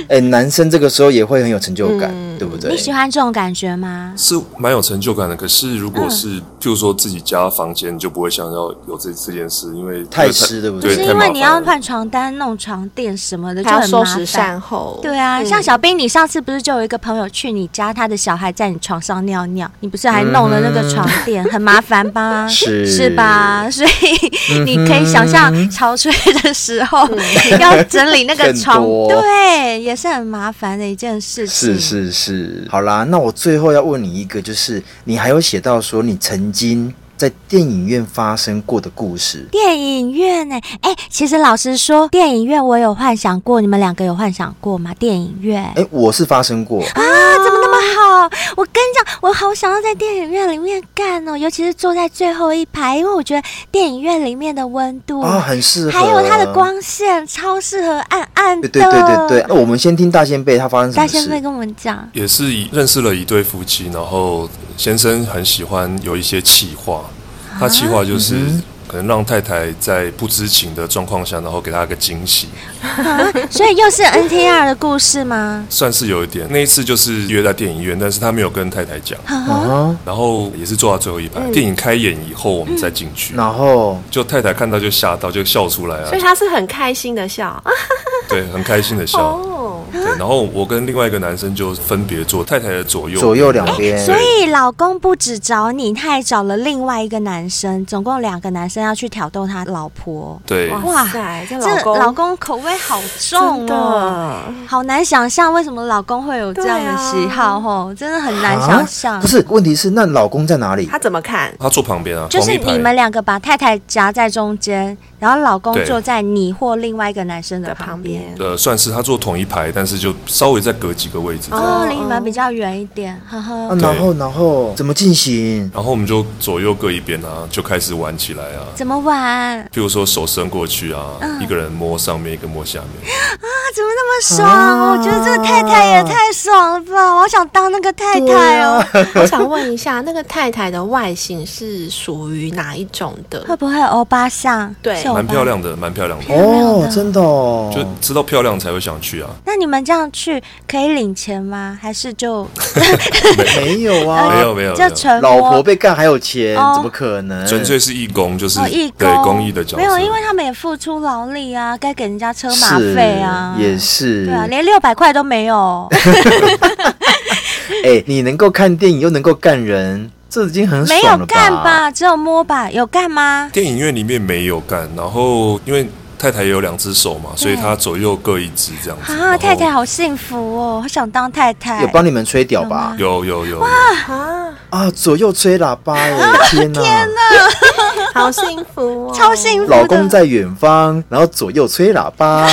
[SPEAKER 3] 哎、男生这个时候也会很有成就感，对不对
[SPEAKER 4] 嗯你？喜欢这种感觉吗？
[SPEAKER 5] 是蛮有成就感的。可是如
[SPEAKER 4] 嗯
[SPEAKER 5] 果是，譬如说自己家房间，就不会想要有这这件事，因为
[SPEAKER 3] 太湿对不对
[SPEAKER 5] 对，
[SPEAKER 4] 是
[SPEAKER 5] 太
[SPEAKER 4] 因
[SPEAKER 5] 麻
[SPEAKER 4] 为
[SPEAKER 5] 烦
[SPEAKER 4] 你要
[SPEAKER 5] 了
[SPEAKER 4] 换床单、弄床垫什么的，就
[SPEAKER 2] 还要
[SPEAKER 4] 很
[SPEAKER 2] 收
[SPEAKER 4] 麻
[SPEAKER 2] 拾
[SPEAKER 4] 烦
[SPEAKER 2] 善。后。
[SPEAKER 3] 哦
[SPEAKER 4] 对啊，
[SPEAKER 2] 嗯
[SPEAKER 4] 像小兵，你上次不是就有一个朋友去你家，他的小孩在你床上尿尿，你不是还弄了那个床垫，很麻烦吧？
[SPEAKER 3] 是嗯
[SPEAKER 4] 是吧？所以你可以想象潮吹的时候、
[SPEAKER 3] 嗯
[SPEAKER 4] 要整理那个
[SPEAKER 3] 更
[SPEAKER 4] 床，
[SPEAKER 3] 多
[SPEAKER 4] 对，也是很麻烦的一件事情。
[SPEAKER 3] 是是是，好啦，那我最后要问你一个，就是你还有写到说你曾经在电影院发生过的故事，
[SPEAKER 4] 电影院呢、哎、其实老实说，电影院我有幻想过，你们两个有幻想过吗？电影院。
[SPEAKER 3] 哎、我是发生过，
[SPEAKER 4] 啊，怎么那么好？我跟你讲，我好想要在电影院里面干哦，尤其是坐在最后一排，因为我觉得电影院里面的温度，
[SPEAKER 3] 啊，很适合，
[SPEAKER 4] 哦还有它的，光线，超适合暗暗的。
[SPEAKER 3] 对对对对对。那我们先听大仙贝他发生什
[SPEAKER 4] 大
[SPEAKER 3] 么
[SPEAKER 4] 仙会
[SPEAKER 3] 事？
[SPEAKER 4] 跟我们讲，
[SPEAKER 5] 也是一认识了一对夫妻，然后先生很喜欢有一些气话，
[SPEAKER 4] 啊
[SPEAKER 5] 他气话
[SPEAKER 3] 嗯
[SPEAKER 5] 就是。可能让太太在不知情的状况下，然后给她一个惊喜，
[SPEAKER 4] 所以又是 NTR 的故事吗？
[SPEAKER 5] 算是有一点。那一次就是约在电影院，但是他没有跟太太讲，
[SPEAKER 3] 啊，
[SPEAKER 5] 然后也是坐到最后一排。
[SPEAKER 4] 嗯
[SPEAKER 5] 电影开演以后，我们再进去，
[SPEAKER 3] 然后
[SPEAKER 5] 就太太看到就吓到，就笑出来啊
[SPEAKER 2] 所以，他是很开心的笑啊
[SPEAKER 5] 对，很开心的笑。
[SPEAKER 2] 哦，
[SPEAKER 5] 对，
[SPEAKER 4] 啊
[SPEAKER 5] 然后我跟另外一个男生就分别坐太太的左右
[SPEAKER 3] 左右两边
[SPEAKER 4] 哎所以老公不止找你，他还找了另外一个男生，总共两个男生要去挑逗他老婆。
[SPEAKER 5] 对，
[SPEAKER 2] 哇塞，这老
[SPEAKER 4] 这
[SPEAKER 2] 公
[SPEAKER 4] 老公口味好
[SPEAKER 2] 真
[SPEAKER 4] 重哦。
[SPEAKER 2] 的，
[SPEAKER 4] 好难想象为什么老公会有这样的喜好哦，吼真的很
[SPEAKER 5] 啊
[SPEAKER 4] 难想象。
[SPEAKER 3] 啊不是，问题是那老公在哪里
[SPEAKER 2] 他？怎么看？
[SPEAKER 5] 他坐旁边啊，
[SPEAKER 4] 就是
[SPEAKER 5] 同一排
[SPEAKER 4] 你们两个把太太夹在中间，然后老公
[SPEAKER 5] 对
[SPEAKER 4] 坐在你或另外一个男生的
[SPEAKER 2] 的
[SPEAKER 4] 旁
[SPEAKER 2] 旁
[SPEAKER 4] 边。
[SPEAKER 2] 边，
[SPEAKER 5] 呃，算是他坐同一排，但是就稍微再隔几个位置这样。
[SPEAKER 4] 哦，离你们比较远一点，呵
[SPEAKER 3] 啊，
[SPEAKER 5] 嗯
[SPEAKER 4] 呵。
[SPEAKER 3] 然后然后怎么进行？
[SPEAKER 5] 然后我们就左右各一边啊，就开始玩起来啊。
[SPEAKER 4] 怎么玩？啊，
[SPEAKER 5] 譬如说手伸过去啊，
[SPEAKER 4] 嗯
[SPEAKER 5] 一个人摸上面，一个摸下面，
[SPEAKER 4] 怎么那么爽？
[SPEAKER 3] 啊
[SPEAKER 4] 我觉得这个太太也太爽了吧！我好想当那个太太
[SPEAKER 5] 啊
[SPEAKER 4] 哦。
[SPEAKER 2] 啊我想问一下，那个太太的外形是属于哪一种
[SPEAKER 4] 会
[SPEAKER 2] 的？
[SPEAKER 4] 不会欧巴像？
[SPEAKER 2] 对
[SPEAKER 4] 是欧巴
[SPEAKER 5] 蛮漂。亮的，蛮漂亮的。
[SPEAKER 3] 哦，真的哦，
[SPEAKER 5] 就知道漂亮才会想去啊，
[SPEAKER 4] 那你们这样去可以领钱吗？还是就
[SPEAKER 3] 没有啊，
[SPEAKER 5] 没有没有
[SPEAKER 4] 就哦纯
[SPEAKER 3] 老
[SPEAKER 4] 摸
[SPEAKER 3] 婆被干还有钱，
[SPEAKER 4] 哎哦
[SPEAKER 3] 怎么可能？
[SPEAKER 5] 纯粹是义工，就是
[SPEAKER 4] 哦，义工
[SPEAKER 5] 对公益的角色。
[SPEAKER 4] 没有，因为他们也付出劳力啊，该给人家车马费啊，
[SPEAKER 3] 是也是。
[SPEAKER 4] 对啊，连六百块都没有，
[SPEAKER 3] 哎、你能够看电影又能够干人，这已经 很
[SPEAKER 4] 没
[SPEAKER 3] 爽
[SPEAKER 4] 有
[SPEAKER 3] 了
[SPEAKER 4] 干？吧，只有摸吧，有干吗？
[SPEAKER 5] 电影院里面没有干，然后因为太太也有两只手嘛，所以她左右各一只这样子。然
[SPEAKER 4] 啊，
[SPEAKER 5] 后
[SPEAKER 4] 太太好幸福哦，好想当太太
[SPEAKER 3] 有。哦帮你们吹屌吧？
[SPEAKER 5] 有有有，
[SPEAKER 2] 啊，
[SPEAKER 3] 啊，左右吹喇叭 哎、天哪、
[SPEAKER 2] 好幸福哦，
[SPEAKER 4] 超幸福 的，
[SPEAKER 3] 老公在远方，然后左右吹喇叭，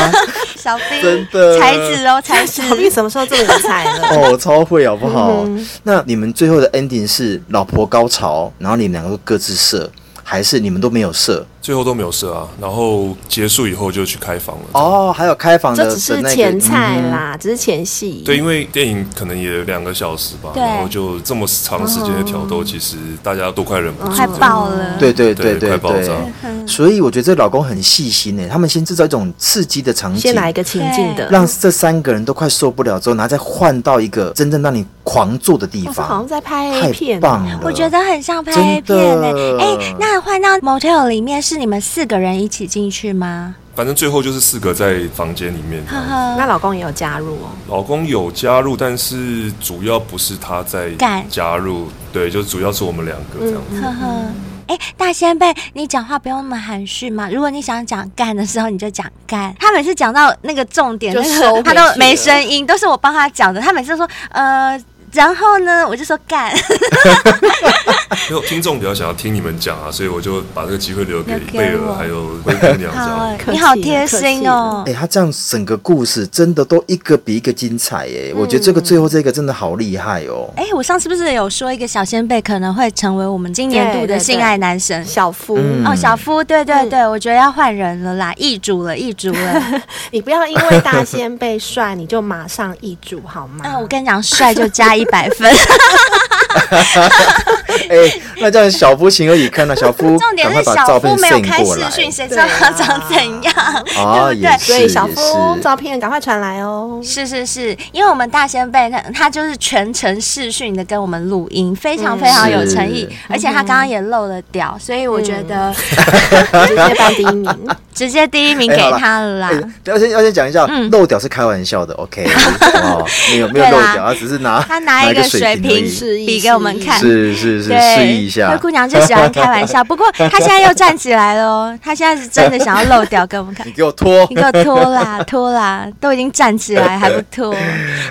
[SPEAKER 4] 小兵
[SPEAKER 3] 真的
[SPEAKER 4] 才子哦，才 子。
[SPEAKER 2] 小兵什么时候这么有才了？
[SPEAKER 3] 哦，超会好不好？那你们最后的 ending 是老婆高潮，然后你们两个都各自射，还是你们都没有射？
[SPEAKER 5] 最后都没有射啊。然后结束以后就去开房了。
[SPEAKER 3] 哦，还有开房的
[SPEAKER 2] 这只是
[SPEAKER 3] 的那个
[SPEAKER 2] 前菜
[SPEAKER 3] 嗯
[SPEAKER 2] 啦，只是前戏。
[SPEAKER 5] 对，因为电影可能也两个小时吧，
[SPEAKER 4] 对
[SPEAKER 5] 然后就这么长时间的挑逗，其实大家都快忍不住
[SPEAKER 4] 快
[SPEAKER 5] 了。
[SPEAKER 4] 哦爆了！
[SPEAKER 3] 对对对
[SPEAKER 5] 对
[SPEAKER 3] 对
[SPEAKER 5] 快爆炸
[SPEAKER 3] 对，所以我觉得这老公很细心诶，他们先制造一种刺激的场景
[SPEAKER 2] 先，来一个情境的，
[SPEAKER 3] 让这三个人都快受不了之后，然后再换到一个真正让你狂做的地
[SPEAKER 2] 我是哦好
[SPEAKER 3] 方
[SPEAKER 2] 像，在拍 A
[SPEAKER 3] 太
[SPEAKER 2] 片，
[SPEAKER 3] 棒了！
[SPEAKER 4] 我觉得很像拍 A 片诶、
[SPEAKER 3] 真的
[SPEAKER 4] 哎、那换到 motel 里面是你们四个人一起进去吗？
[SPEAKER 5] 反正最后就是四个在房间里面，啊
[SPEAKER 4] 呵呵，
[SPEAKER 2] 那老公也有加入哦，
[SPEAKER 5] 老公有加入，但是主要不是他在
[SPEAKER 4] 干嗯
[SPEAKER 5] 加入，对，就是主要是我们两个这样
[SPEAKER 2] 嗯
[SPEAKER 5] 子。
[SPEAKER 4] 呵呵。哎、大仙贝，你讲话不用那么含蓄嘛。如果你想讲干的时候，你就讲干。他每次讲到那个重点，
[SPEAKER 2] 就
[SPEAKER 4] 那
[SPEAKER 2] 收
[SPEAKER 4] 个
[SPEAKER 2] 回
[SPEAKER 4] 他都
[SPEAKER 2] 去
[SPEAKER 4] 没
[SPEAKER 2] 了
[SPEAKER 4] 声音，都是我帮他讲的。他每次都说呃，然后呢，我就说干。
[SPEAKER 5] 没有听众比较想要听你们讲啊，所以我就把这个机会留给
[SPEAKER 4] 留给
[SPEAKER 5] 贝
[SPEAKER 4] 我
[SPEAKER 5] 尔还有灰姑娘 这
[SPEAKER 4] 好
[SPEAKER 5] 样。，
[SPEAKER 2] 哦客
[SPEAKER 4] 你好
[SPEAKER 2] 气了
[SPEAKER 4] 贴
[SPEAKER 2] 客气
[SPEAKER 4] 心
[SPEAKER 2] 了
[SPEAKER 4] 哦
[SPEAKER 3] 哎、。他这样整个故事真的都一个比一个精彩
[SPEAKER 4] 嗯
[SPEAKER 3] 耶！我觉得这个最后这个真的好厉害 哦。
[SPEAKER 4] 哎、我上次不是有说一个小先辈可能会成为我们今年度
[SPEAKER 2] 对
[SPEAKER 4] 的
[SPEAKER 2] 对
[SPEAKER 4] 性
[SPEAKER 2] 对
[SPEAKER 4] 爱男神？
[SPEAKER 2] 小夫。
[SPEAKER 3] 嗯
[SPEAKER 4] 哦，小夫，对
[SPEAKER 2] 嗯
[SPEAKER 4] 对对，我觉得要换人了啦，易主了，易 主了。
[SPEAKER 2] 你不要因为大仙被帅，你就马上易主好吗？
[SPEAKER 4] 啊那我跟你讲，帅就加一百 分。
[SPEAKER 2] 哦
[SPEAKER 3] 哎、那这样小夫情何以堪呢、小夫
[SPEAKER 4] 重点
[SPEAKER 3] 赶快
[SPEAKER 4] 是
[SPEAKER 3] 把
[SPEAKER 4] 小
[SPEAKER 3] 照片
[SPEAKER 4] 夫没有
[SPEAKER 3] send
[SPEAKER 4] 开
[SPEAKER 3] 过
[SPEAKER 4] 视
[SPEAKER 3] 来。
[SPEAKER 4] 讯，谁知
[SPEAKER 2] 啊
[SPEAKER 4] 道他长怎样？
[SPEAKER 3] 啊，
[SPEAKER 4] 对不
[SPEAKER 3] 也
[SPEAKER 4] 对
[SPEAKER 3] 是，
[SPEAKER 2] 所以小
[SPEAKER 3] 也
[SPEAKER 2] 夫
[SPEAKER 3] 是
[SPEAKER 2] 照片赶快传来哦。
[SPEAKER 4] 是是是，因为我们大先辈他他就是全程视讯的跟我们录音，非常非常有诚意
[SPEAKER 3] 嗯是，嗯
[SPEAKER 4] 而且他刚刚也漏了屌，所以我觉得
[SPEAKER 2] 直接报第一名，
[SPEAKER 4] 直接第一名
[SPEAKER 3] 哎
[SPEAKER 4] 给
[SPEAKER 3] 好了
[SPEAKER 4] 他了啦
[SPEAKER 3] 哎。要先要先讲一下，
[SPEAKER 4] 嗯
[SPEAKER 3] 漏屌是开玩笑的，OK？哦，没 有没有漏
[SPEAKER 4] 对啦
[SPEAKER 3] 屌，他只是拿
[SPEAKER 4] 他拿一
[SPEAKER 3] 一
[SPEAKER 4] 个
[SPEAKER 3] 个
[SPEAKER 4] 水
[SPEAKER 3] 瓶而
[SPEAKER 4] 瓶
[SPEAKER 3] 已
[SPEAKER 2] 是试一
[SPEAKER 4] 比给我们看，
[SPEAKER 3] 是是是，
[SPEAKER 4] 对，
[SPEAKER 3] 试一下
[SPEAKER 4] 灰。姑娘就喜欢开玩笑，不过她现在又站起来了哦，她现在是真的想要漏掉给我们看
[SPEAKER 3] 你。给我脱
[SPEAKER 4] 你给我脱 啦，脱啦，都已经站起来还不脱。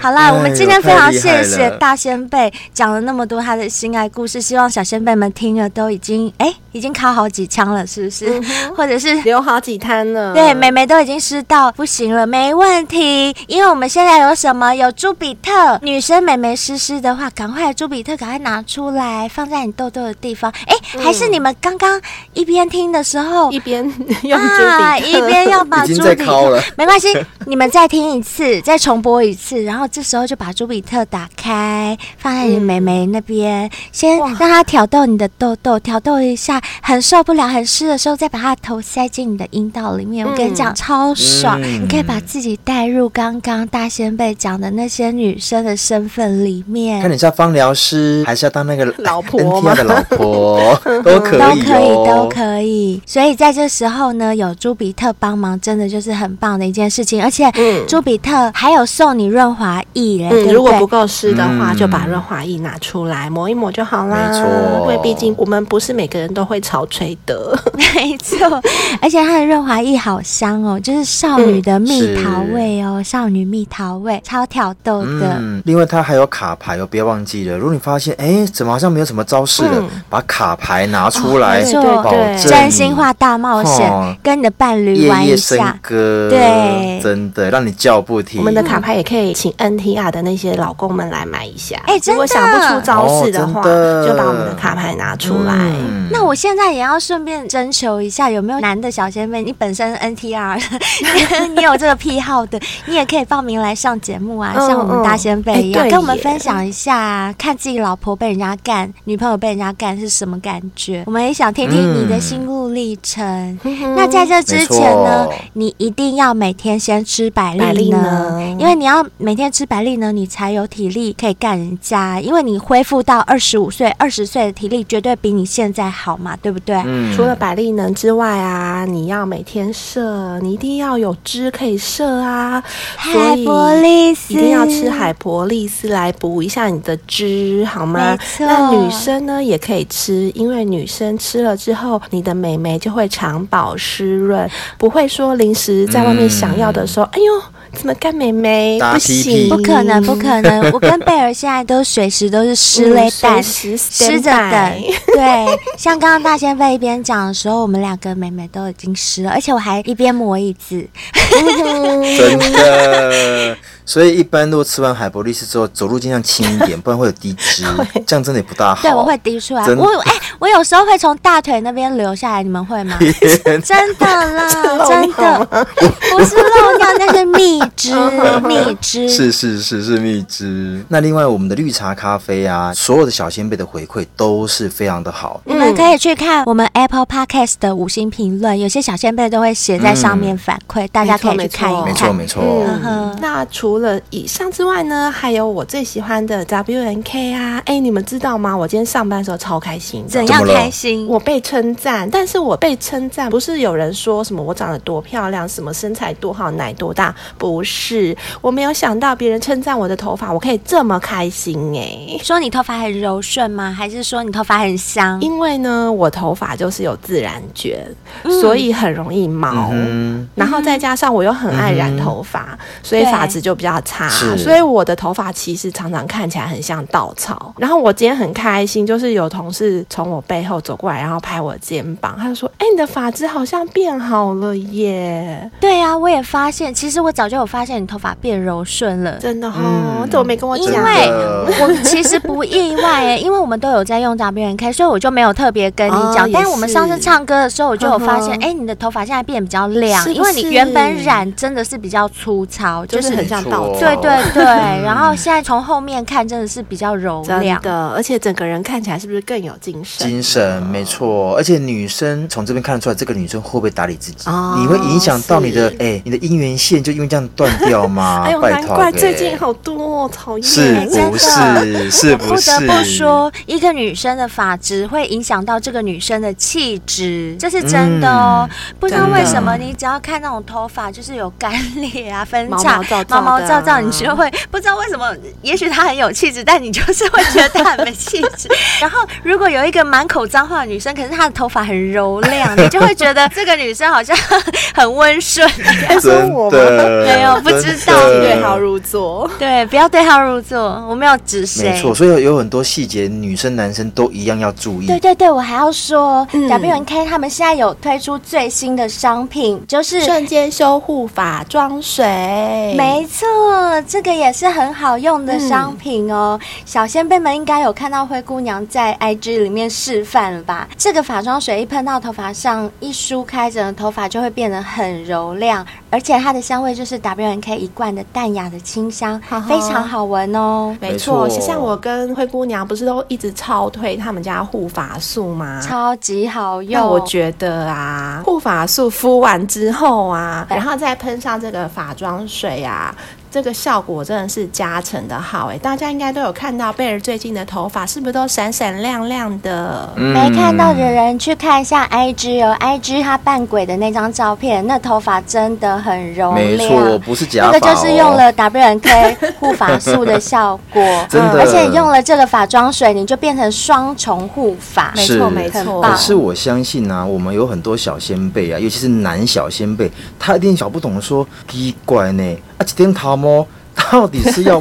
[SPEAKER 4] 好啦，
[SPEAKER 3] 哎呦
[SPEAKER 4] 我们今天非常谢
[SPEAKER 3] 太厉害
[SPEAKER 4] 谢
[SPEAKER 3] 了
[SPEAKER 4] 大仙贝讲了那么多他的心爱故事，希望小仙贝们听了都已经哎、已经考好几枪了，是不
[SPEAKER 3] 嗯
[SPEAKER 4] 是？ 或者是
[SPEAKER 2] 留好几摊了。
[SPEAKER 4] 对，妹妹都已经湿到不行了，没问题，因为我们现在有什么？有朱比特，女生妹妹湿湿的话，赶快朱比特赶快拿出来，放在你痘痘的地方。哎、还
[SPEAKER 3] 嗯
[SPEAKER 4] 是你们刚刚一边听的时候。
[SPEAKER 2] 一边 用朱
[SPEAKER 4] 啊，
[SPEAKER 2] 笔
[SPEAKER 4] 一边要把
[SPEAKER 3] 已经
[SPEAKER 4] 朱比
[SPEAKER 3] 在敲
[SPEAKER 4] 特
[SPEAKER 3] 了，
[SPEAKER 4] 没关系，你们再听一次，再重播一次，然后这时候就把朱比特打开，放在你妹妹那边，先
[SPEAKER 2] 嗯哇
[SPEAKER 4] 让她挑逗你的痘痘，挑逗一下，很受不了、很湿的时候，再把她的头塞进你的阴道里面。我跟你讲，超爽！
[SPEAKER 3] 嗯
[SPEAKER 4] 你可以把自己带入刚刚大仙贝讲的那些女生的身份里
[SPEAKER 3] 看
[SPEAKER 4] 面。
[SPEAKER 3] 你是要芳疗师，还是要当那个
[SPEAKER 2] 老婆吗
[SPEAKER 3] NTR 的老 婆都可以、
[SPEAKER 4] 都
[SPEAKER 3] 哦，
[SPEAKER 4] 可以，都可以。所以在这时候呢，有朱比特帮忙，真的就是很棒的一件事情。而且
[SPEAKER 3] 嗯
[SPEAKER 4] 朱比特还有送你润滑液嘞，
[SPEAKER 2] 嗯，
[SPEAKER 4] 对对
[SPEAKER 2] 如果不够湿的话，
[SPEAKER 3] 嗯
[SPEAKER 2] 就把润滑液拿出来抹一抹就好啦。
[SPEAKER 3] 没错
[SPEAKER 2] 因为毕竟我们不是每个人都会潮吹 的。
[SPEAKER 4] 没错，而且它的润滑液好香哦，就是少女的蜜桃味哦，少女蜜桃味，超挑逗的。
[SPEAKER 3] 嗯，另外它还有卡牌哦，不要忘记了。如果你发现哎，怎么好像没有什么招式了，把卡牌拿出来，
[SPEAKER 4] 嗯哦没错
[SPEAKER 3] 保
[SPEAKER 2] 对
[SPEAKER 3] 证
[SPEAKER 4] 真心话大冒
[SPEAKER 3] 哦
[SPEAKER 4] 险，跟你的伴
[SPEAKER 3] 你
[SPEAKER 4] 侣
[SPEAKER 3] 夜
[SPEAKER 4] 玩一
[SPEAKER 3] 夜笙
[SPEAKER 4] 下。
[SPEAKER 3] 歌，
[SPEAKER 4] 对
[SPEAKER 3] 真的让你叫不停。
[SPEAKER 2] 我们的卡牌也可以请 NTR 的那些老公们来买一下。
[SPEAKER 4] 哎真的
[SPEAKER 2] 如果想不出招式的话，
[SPEAKER 3] 哦真的
[SPEAKER 2] 就把我们的卡牌拿出来。
[SPEAKER 3] 嗯
[SPEAKER 4] 那我现在也要顺便征求一下，有没有男的小仙妹？你本身 NTR，你有这个癖好的，你也可以报名来上节目啊，
[SPEAKER 2] 嗯
[SPEAKER 4] 像我们大仙贝一
[SPEAKER 2] 嗯哎
[SPEAKER 4] 样，
[SPEAKER 2] 对
[SPEAKER 4] 跟我们
[SPEAKER 2] 耶
[SPEAKER 4] 分享一下啊，看自己老婆被人家干，女朋友被人家干是什么感觉？我们也想听听你的心路历程。嗯那在这之前呢
[SPEAKER 3] 没错，
[SPEAKER 4] 你一定要每天先吃百
[SPEAKER 2] 百
[SPEAKER 4] 利
[SPEAKER 2] 利
[SPEAKER 4] 呢
[SPEAKER 2] 呢，
[SPEAKER 4] 因为你要每天吃百利呢，你才有体力可以干人家，因为你恢复到二十五岁、二十岁的体力，绝对比你现在好嘛，对不对？
[SPEAKER 3] 嗯
[SPEAKER 2] 除了百利能之外啊，你要每天射，你一定要有汁可以射啊，所
[SPEAKER 4] 海
[SPEAKER 2] 以
[SPEAKER 4] 博利斯
[SPEAKER 2] 一定要吃海博利斯来补一下你的汁，好吗
[SPEAKER 4] 没？错
[SPEAKER 2] 那女生呢也可以吃，因为女生吃了之后，你的美
[SPEAKER 4] 嗯
[SPEAKER 2] 眉就会长保湿润，不会说临时在外面想要的时候，哎呦。怎么干妹妹？
[SPEAKER 3] 打
[SPEAKER 2] 不
[SPEAKER 3] PP
[SPEAKER 2] 行，
[SPEAKER 4] 不可能，不 可能！我跟贝尔现在都随时都是湿
[SPEAKER 2] 嗯
[SPEAKER 4] 嘞蛋，
[SPEAKER 2] 湿
[SPEAKER 4] 湿 着等。对，像刚刚大仙贝一边讲的时候，我们两个美美都已经湿了，而且我还一边磨椅子。
[SPEAKER 2] 嗯
[SPEAKER 3] 真的。所以一般如果吃完海博力士之后，走路尽量轻一点，不然会有低脂，这样真的也不大好。
[SPEAKER 4] 对，我会滴出来。
[SPEAKER 3] 真的
[SPEAKER 4] 我哎、我有时候会从大腿那边流下来，你们 会吗？真的啦，真的，不是漏尿，那是蜜 汁，蜜 汁。
[SPEAKER 3] 是是是是蜜汁。那另外我们的绿茶咖啡啊，所有的小先辈的回馈都是非常的好。
[SPEAKER 4] 你们可以去看我们 Apple Podcast 的五星评论，有些小先辈都会写在上面反馈，大家可以去看一看。
[SPEAKER 3] 嗯没错没错，
[SPEAKER 4] 嗯
[SPEAKER 2] 那除了以上之外呢，还有我最喜欢的 WNK 啊！哎，你们知道吗？我今天上班的时候超开心的
[SPEAKER 4] 怎。
[SPEAKER 3] 怎么
[SPEAKER 4] 样
[SPEAKER 3] 了
[SPEAKER 4] 开心？
[SPEAKER 2] 我被称赞，但是我被称赞不是有人说什么我长得多漂亮，什么身材多好，奶多大，不是，我没有想到别人称赞我的头发，我可以这么开心哎、
[SPEAKER 4] 说你头发很柔顺吗？还是说你头发很香？
[SPEAKER 2] 因为呢，我头发就是有自然卷，所以很容易毛。
[SPEAKER 3] 嗯，
[SPEAKER 2] 然后再加上我又很爱染头发，所以发质就比较差
[SPEAKER 3] 是，
[SPEAKER 2] 所以我的头发其实常常看起来很像稻草。然后我今天很开心，就是有同事从我背后走过来，然后拍我肩膀，他就说：“哎、你的发质好像变好了耶
[SPEAKER 4] 对啊，我也发现，其实我早就有发现你头发变柔顺！”了。
[SPEAKER 2] 真的哈、哦
[SPEAKER 3] 嗯
[SPEAKER 2] 你怎么没跟我
[SPEAKER 4] 因
[SPEAKER 2] 讲？
[SPEAKER 4] 为
[SPEAKER 3] 的
[SPEAKER 4] 我其实不意外耶，因为我们都有在用 WNK，所以我就没有特别跟你讲。
[SPEAKER 2] 哦也
[SPEAKER 4] 但我们上次
[SPEAKER 2] 是
[SPEAKER 4] 唱歌的时候，我就有发现，
[SPEAKER 2] 嗯哼
[SPEAKER 4] 哎、你的头发现在变比较亮，
[SPEAKER 2] 是不
[SPEAKER 4] 因为你原本
[SPEAKER 2] 是
[SPEAKER 4] 染真的是比较粗糙，就
[SPEAKER 2] 就是是很像稻
[SPEAKER 3] 没
[SPEAKER 2] 草，
[SPEAKER 3] 错
[SPEAKER 4] 对对对，然后现在从后面看真的是比较柔
[SPEAKER 2] 真
[SPEAKER 4] 亮，
[SPEAKER 2] 的，而且整个人看起来是不是更有精神？
[SPEAKER 3] 精神没错，而且女生从这边看得出来，这个女生会不会打理自己？
[SPEAKER 2] 哦
[SPEAKER 3] 你会影响到你的
[SPEAKER 2] 是
[SPEAKER 3] 哎、你的姻缘线就因为这样断掉吗？
[SPEAKER 2] 哎呦，
[SPEAKER 3] 啊拜
[SPEAKER 2] 难
[SPEAKER 3] 托
[SPEAKER 2] 怪
[SPEAKER 3] 的
[SPEAKER 2] 最近好多、哦，讨厌。
[SPEAKER 3] 是
[SPEAKER 4] 真
[SPEAKER 3] 不
[SPEAKER 4] 的
[SPEAKER 3] 是？是
[SPEAKER 4] 不
[SPEAKER 3] 不是？
[SPEAKER 4] 得不说，一个女生的发质会影响到这个女生的气质，这是真的哦。
[SPEAKER 2] 嗯
[SPEAKER 4] 不知道为什么，你只要看那种头发就是有干裂啊、分
[SPEAKER 2] 毛
[SPEAKER 4] 叉
[SPEAKER 2] 毛躁躁、的
[SPEAKER 4] 毛
[SPEAKER 2] 啊
[SPEAKER 4] 毛躁躁，你就会不知道为什么，也许她很有气质，但你就是会觉得她很没气 质。然后如果有一个满口脏话的女生，可是她的头发很柔亮，你就会觉得这个女生好像很温顺。
[SPEAKER 2] 在说
[SPEAKER 3] 真
[SPEAKER 2] 我吗？
[SPEAKER 3] 的
[SPEAKER 4] 没有不知道
[SPEAKER 3] 真的
[SPEAKER 2] 对号入座。
[SPEAKER 4] 对，不要对号入座，我没有指谁。
[SPEAKER 3] 没错，所以有很多细节，女生男生都一样要注意。
[SPEAKER 4] 对对对，我还要说、
[SPEAKER 2] 嗯
[SPEAKER 4] w N K 他们现在有推出最新的商品，就是。
[SPEAKER 2] 瞬间修护法妆水，
[SPEAKER 4] 没错，这个也是很好用
[SPEAKER 2] 嗯
[SPEAKER 4] 的商品哦。小先辈们应该有看到灰姑娘在 IG 里面示范了吧？这个发妆水一喷到头发上，一梳开，整个头发就会变得很柔亮，而且它的香味就是 W N K 一贯的淡雅的清香，
[SPEAKER 2] 哈哈
[SPEAKER 4] 非常好闻哦。
[SPEAKER 2] 没错，
[SPEAKER 3] 没错
[SPEAKER 2] 其实像我跟灰姑娘不是都一直超推他们家护发素吗？
[SPEAKER 4] 超级好用，
[SPEAKER 2] 那我觉得啊，护发素敷完之后啊，
[SPEAKER 4] 对
[SPEAKER 2] 然后再喷上这个发妆水啊，这个效果真的是加成的好哎、大家应该都有看到贝儿最近的头发是不是都闪闪亮亮的？
[SPEAKER 3] 嗯
[SPEAKER 4] 没哎看到的人去看一下 IG 哦，IG 他扮鬼的那张照片，那头发真的很柔亮，
[SPEAKER 3] 没错，不是假
[SPEAKER 4] 那
[SPEAKER 3] 发、
[SPEAKER 4] 个
[SPEAKER 3] 哦，
[SPEAKER 4] 就是用了 WNK 护发素的效果，
[SPEAKER 3] 真的
[SPEAKER 4] 而且用了这个发妆水，你就变成双重护发，
[SPEAKER 2] 没
[SPEAKER 3] 是
[SPEAKER 2] 错没错，
[SPEAKER 4] 很
[SPEAKER 3] 可
[SPEAKER 4] 棒
[SPEAKER 3] 是我相信啊，我们有很多小先辈啊，尤其是男小先辈，他一定搞不懂说，奇怪呢，啊，这天他么到底是 要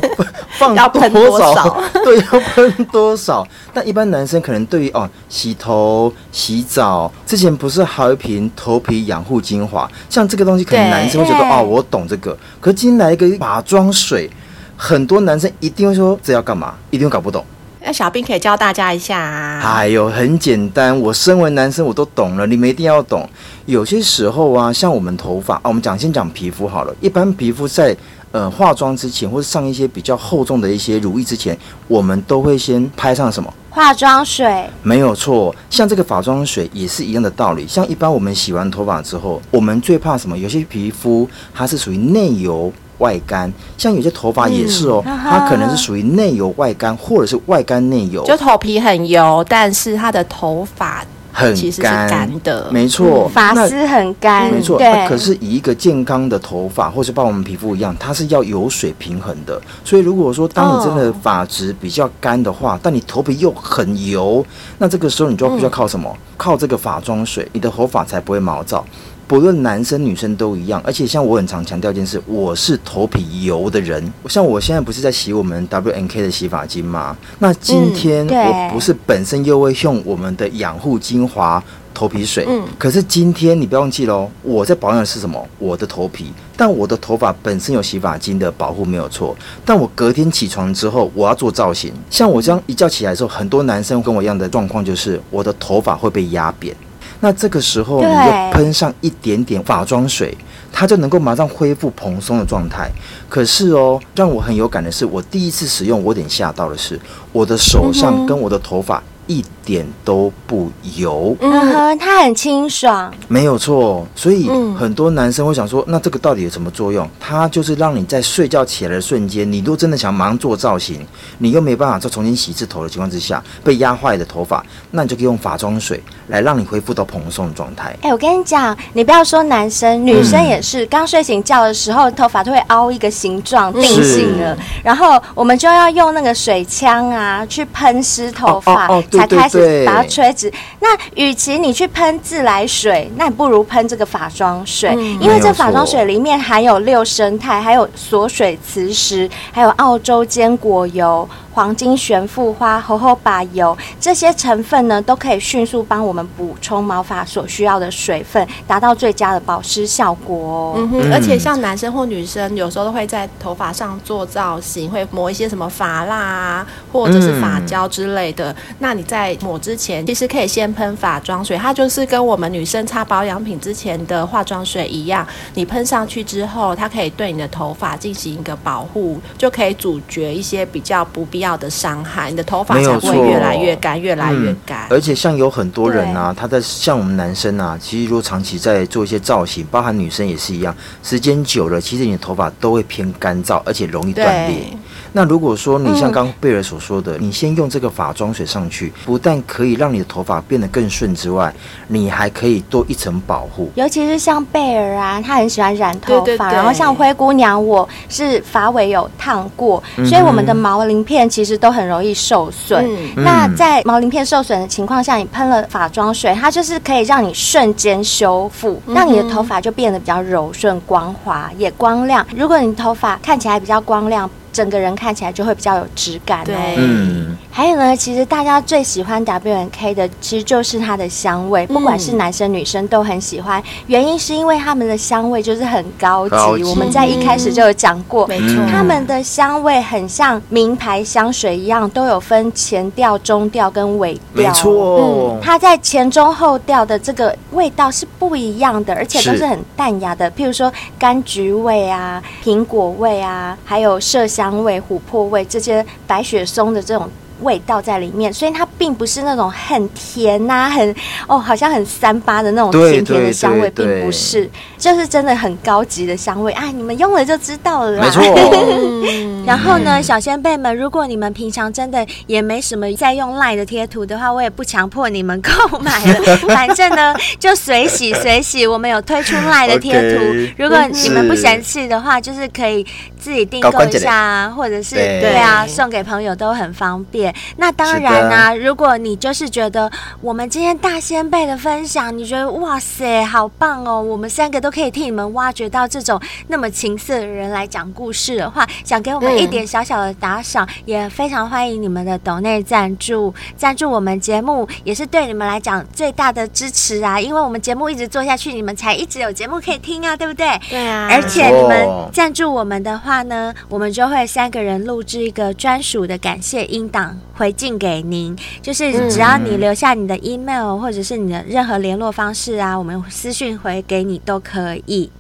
[SPEAKER 3] 放
[SPEAKER 2] 要喷多
[SPEAKER 3] 少？
[SPEAKER 2] 少
[SPEAKER 3] 对，要喷多少？但一般男生可能对于哦，洗头、洗澡之前不是还有一瓶头皮养护精华，像这个东西，可能
[SPEAKER 2] 对
[SPEAKER 3] 男生会觉得
[SPEAKER 4] 对
[SPEAKER 3] 哦，我懂这个。可是今天来一个化妆水，很多男生一定会说这要干嘛？一定会搞不懂。
[SPEAKER 2] 那哎小兵可以教大家一下啊。
[SPEAKER 3] 哎呦，很简单，我身为男生我都懂了，你们一定要懂。有些时候啊，像我们头发啊，我们讲先讲皮肤好了。一般皮肤在呃化妆之前，或者上一些比较厚重的一些乳液之前，我们都会先拍上什么？
[SPEAKER 4] 化妆水。
[SPEAKER 3] 没有错，像这个发妆水也是一样的道理。像一般我们洗完头发之后，我们最怕什么？有些皮肤它是属于内油外干，像有些头发也是哦，
[SPEAKER 2] 嗯
[SPEAKER 3] 它可能是属于内油外干，或者是外干内油。
[SPEAKER 2] 就头皮很油，但是他的头发
[SPEAKER 3] 很
[SPEAKER 2] 其实是
[SPEAKER 3] 干
[SPEAKER 2] 干的嗯
[SPEAKER 3] 没错，
[SPEAKER 4] 发
[SPEAKER 3] 哦那
[SPEAKER 4] 丝很干，
[SPEAKER 3] 没错，
[SPEAKER 4] 对，
[SPEAKER 3] 那可是以一个健康的头发，或是包括我们皮肤一样，它是要油水平衡的。所以如果说当你真的
[SPEAKER 2] 哦
[SPEAKER 3] 发质比较干的话，但你头皮又很
[SPEAKER 2] 嗯
[SPEAKER 3] 油，那这个时候你就必须要靠什么？靠这个发妆水，你的头发才不会毛躁。不论男生女生都一样。而且像我很常强调一件事，我是头皮油的人。像我现在不是在洗我们 W N K 的洗发精吗？那今天
[SPEAKER 4] 嗯对
[SPEAKER 3] 我不是本身又会用我们的养护精华。头皮水，
[SPEAKER 2] 嗯
[SPEAKER 3] 可是今天你不要忘记喽，我在保养的是什么？我的头皮，但我的头发本身有洗发精的保护没有错，但我隔天起床之后，我要做造型。像我这样一觉起来的时候，很多男生跟我一样的状况就是我的头发会被压扁。那这个时候你
[SPEAKER 4] 对
[SPEAKER 3] 就喷上一点点发妆水，它就能够马上恢复蓬松的状态。可是哦，让我很有感的是，我第一次使用，我有点吓到的是，我的手上跟我的头发一点都不油。
[SPEAKER 4] 嗯哼，它很清爽，
[SPEAKER 3] 没有错，所以
[SPEAKER 2] 嗯
[SPEAKER 3] 很多男生会想说，那这个到底有什么作用？它就是让你在睡觉起来的瞬间，你如果真的想马上做造型，你又没办法再重新洗一次头的情况之下，被压坏的头发，那你就可以用发妆水来让你恢复到蓬松的状态。
[SPEAKER 4] 哎、我跟你讲，你不要说男生，女
[SPEAKER 3] 嗯
[SPEAKER 4] 生也是，刚、睡醒觉的时候，头发都会凹一个形状，定型了。然后我们就要用那个水枪啊，去喷湿头发，
[SPEAKER 3] 哦哦哦对
[SPEAKER 4] 才
[SPEAKER 3] 对
[SPEAKER 4] 开始
[SPEAKER 3] 对
[SPEAKER 4] 把它吹直。那与其你去喷自来水，那你不如喷这个发妆水，因为
[SPEAKER 3] 没有
[SPEAKER 4] 这发妆水
[SPEAKER 3] 错
[SPEAKER 4] 里面含有六生态，还有锁水磁石，还有澳洲坚果油、黄金悬浮花、猴猴把油这些成分呢，都可以迅速帮我们补充毛发所需要的水分，达到最佳的保湿效果哦。
[SPEAKER 2] 嗯哼，而且像男生或女生，有时候都会在头发上做造型，会抹一些什么发蜡啊，或者
[SPEAKER 3] 嗯
[SPEAKER 2] 是发胶之类的。那你在抹之前，其实可以先喷发妆水，它就是跟我们女生擦保养品之前的化妆水一样，你喷上去之后，它可以对你的头发进行一个保护，就可以阻绝一些比较不必要的伤害，你的头发
[SPEAKER 3] 没
[SPEAKER 2] 才
[SPEAKER 3] 有
[SPEAKER 2] 不会
[SPEAKER 3] 错
[SPEAKER 2] 越来越干，越来越
[SPEAKER 3] 嗯
[SPEAKER 2] 干。
[SPEAKER 3] 而且像有很多人啊，他在像我们男生啊，其实如果长期在做一些造型，包含女生也是一样，时间久了，其实你的头发都会偏干燥，而且容易断裂
[SPEAKER 2] 对。
[SPEAKER 3] 那如果说你像刚贝尔所说的，你先用这个发妆水上去，不但可以让你的头发变得更顺之外，你还可以多一层保护。
[SPEAKER 4] 尤其是像贝尔啊，她很喜欢染头发，
[SPEAKER 2] 对对对
[SPEAKER 4] 然后像灰姑娘，我是发尾有烫过，所以我们的毛鳞片其实都很容易受损。
[SPEAKER 2] 嗯
[SPEAKER 4] 那在毛鳞片受损的情况下，你喷了发妆水，它就是可以让你瞬间修复，
[SPEAKER 2] 嗯
[SPEAKER 4] 让你的头发就变得比较柔顺、光滑，也光亮。如果你头发看起来比较光亮，整个人看起来就会比较有质感、哦。
[SPEAKER 2] 对
[SPEAKER 3] 嗯，
[SPEAKER 4] 还有呢，其实大家最喜欢 W N K 的，其实就是它的香味，不管是男生女生都很喜欢。原因是因为它们的香味就是很高级，
[SPEAKER 3] 高级
[SPEAKER 4] 我们在一开始就有讲过。
[SPEAKER 2] 没
[SPEAKER 3] 嗯
[SPEAKER 2] 错，
[SPEAKER 4] 它们的香味很像名牌香水一样，都有分前调、中调跟尾调。嗯
[SPEAKER 3] 没错。
[SPEAKER 4] 它在前中后调的这个味道是不一样的，而且都
[SPEAKER 3] 是
[SPEAKER 4] 是很淡雅的，譬如说柑橘味啊、苹果味啊，还有麝香味、琥珀味这些白雪松的这种。味道在里面，所以它并不是那种很甜呐、很哦，好像很三八的那种
[SPEAKER 3] 对
[SPEAKER 4] 甜甜的
[SPEAKER 3] 对
[SPEAKER 4] 香味，
[SPEAKER 3] 对对
[SPEAKER 4] 并不是，就是真的很高级的香味啊！你们用了就知道了啦。
[SPEAKER 3] 没错，
[SPEAKER 4] 嗯然后呢，
[SPEAKER 3] 嗯
[SPEAKER 4] 小先辈们，如果你们平常真的也没什么在用赖的贴图的话，我也不强迫你们购买 了，反正呢就随喜随喜。我们有推出赖的贴图
[SPEAKER 3] OK，
[SPEAKER 4] 如果你们不
[SPEAKER 3] 是
[SPEAKER 4] 嫌弃的话，就是可以自己订
[SPEAKER 3] 搞
[SPEAKER 4] 购
[SPEAKER 3] 关
[SPEAKER 4] 一
[SPEAKER 3] 节的
[SPEAKER 4] 下啊，或者是
[SPEAKER 3] 对
[SPEAKER 4] 对啊，送给朋友都很方便。那当
[SPEAKER 3] 是的
[SPEAKER 4] 然呢、啊如果你就是觉得我们今天大先辈的分享，你觉得哇塞，好棒哦！我们三个都可以替你们挖掘到这种那么情色的人来讲故事的话，想给我们
[SPEAKER 2] 嗯
[SPEAKER 4] 一点小小的打赏，也非常欢迎你们的抖内赞助，赞助我们节目也是对你们来讲最大的支持啊！因为我们节目一直做下去，你们才一直有节目可以听啊，对不对？
[SPEAKER 2] 对啊，
[SPEAKER 4] 而且你们
[SPEAKER 3] 哦
[SPEAKER 4] 赞助我们的话呢，我们就会三个人录制一个专属的感谢音档回敬给您。就是只要你留下你的 email 或者是你的任何联络方式啊，我们私讯回给你都可以。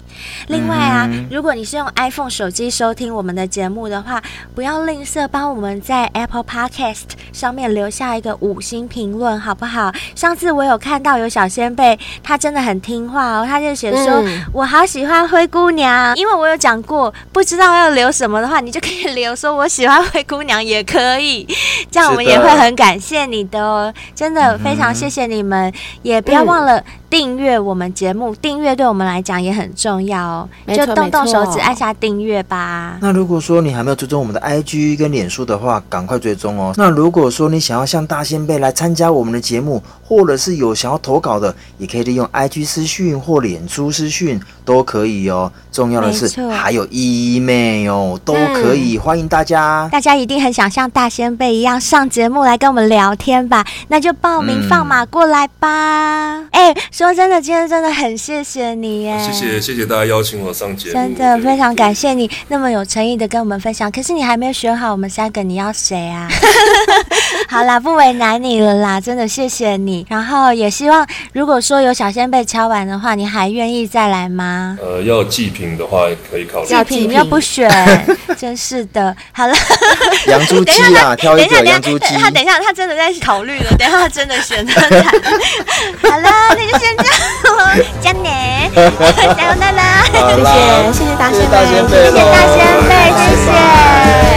[SPEAKER 4] 另外啊，如果你是用 iPhone 手机收听我们的节目的话，不要吝啬帮我们在 Apple Podcast 上面留下一个五星评论，好不好？上次我有看到有小先辈，他真的很听话哦，他就写说、
[SPEAKER 2] 嗯
[SPEAKER 4] 我好喜欢灰姑娘，因为我有讲过，不知道要留什么的话，你就可以留说我喜欢灰姑娘也可以， 这样我们
[SPEAKER 3] 是
[SPEAKER 2] 嗯
[SPEAKER 3] 的
[SPEAKER 4] 也会很感谢你的哦，真的非常谢谢你们，也不要忘了。订订阅我们节目，订阅对我们来讲也很重要哦。
[SPEAKER 2] 没
[SPEAKER 4] 就
[SPEAKER 2] 错
[SPEAKER 4] 动动
[SPEAKER 2] 没
[SPEAKER 4] 手
[SPEAKER 2] 错
[SPEAKER 4] 指按下订阅吧。
[SPEAKER 3] 那如果说你还没有追踪我们的 IG 跟脸书的话，赶快追踪哦。那如果说你想要像大仙贝来参加我们的节目，或者是有想要投稿的，也可以利用 IG 私讯或脸书私讯都可以哦。重要的
[SPEAKER 4] 没
[SPEAKER 3] 是
[SPEAKER 4] 错
[SPEAKER 3] 还有 email 哦都可以，欢迎大家。
[SPEAKER 4] 大家一定很想像大仙贝一样上节目来跟我们聊天吧？那就报名
[SPEAKER 3] 嗯
[SPEAKER 4] 放马过来吧！哎、说真的，今天真的很谢谢你耶，
[SPEAKER 5] 哦谢谢谢谢大家邀请我上节目，
[SPEAKER 4] 真的
[SPEAKER 5] 对
[SPEAKER 4] 非常感谢你那么有诚意的跟我们分享。可是你还没有选好我们三个你要谁 啊？好啦，不为难你了啦，真的谢谢你。然后也希望如果说有小仙贝敲完的话，你还愿意再来吗？
[SPEAKER 5] 呃，要祭品的话可以考虑。
[SPEAKER 2] 要
[SPEAKER 4] 品
[SPEAKER 2] 批评
[SPEAKER 4] 又不选，真是的。好了，
[SPEAKER 3] 杨猪鸡
[SPEAKER 4] 等一下
[SPEAKER 3] 啊，挑
[SPEAKER 4] 等
[SPEAKER 3] 一
[SPEAKER 4] 一下，
[SPEAKER 3] 个
[SPEAKER 4] 等
[SPEAKER 3] 杨
[SPEAKER 4] 一
[SPEAKER 3] 猪
[SPEAKER 4] 下，
[SPEAKER 3] 鸡。
[SPEAKER 4] 他等一下，他真的在考虑了，等一下他 真的选择了。好了，那就先这样，加你， 加油，拜拜。
[SPEAKER 3] 好啦
[SPEAKER 2] 谢谢谢谢大
[SPEAKER 3] 谢谢
[SPEAKER 2] 仙
[SPEAKER 3] 大
[SPEAKER 2] 贝
[SPEAKER 3] 仙贝
[SPEAKER 4] 谢谢
[SPEAKER 3] 喽
[SPEAKER 4] 大仙贝，谢谢。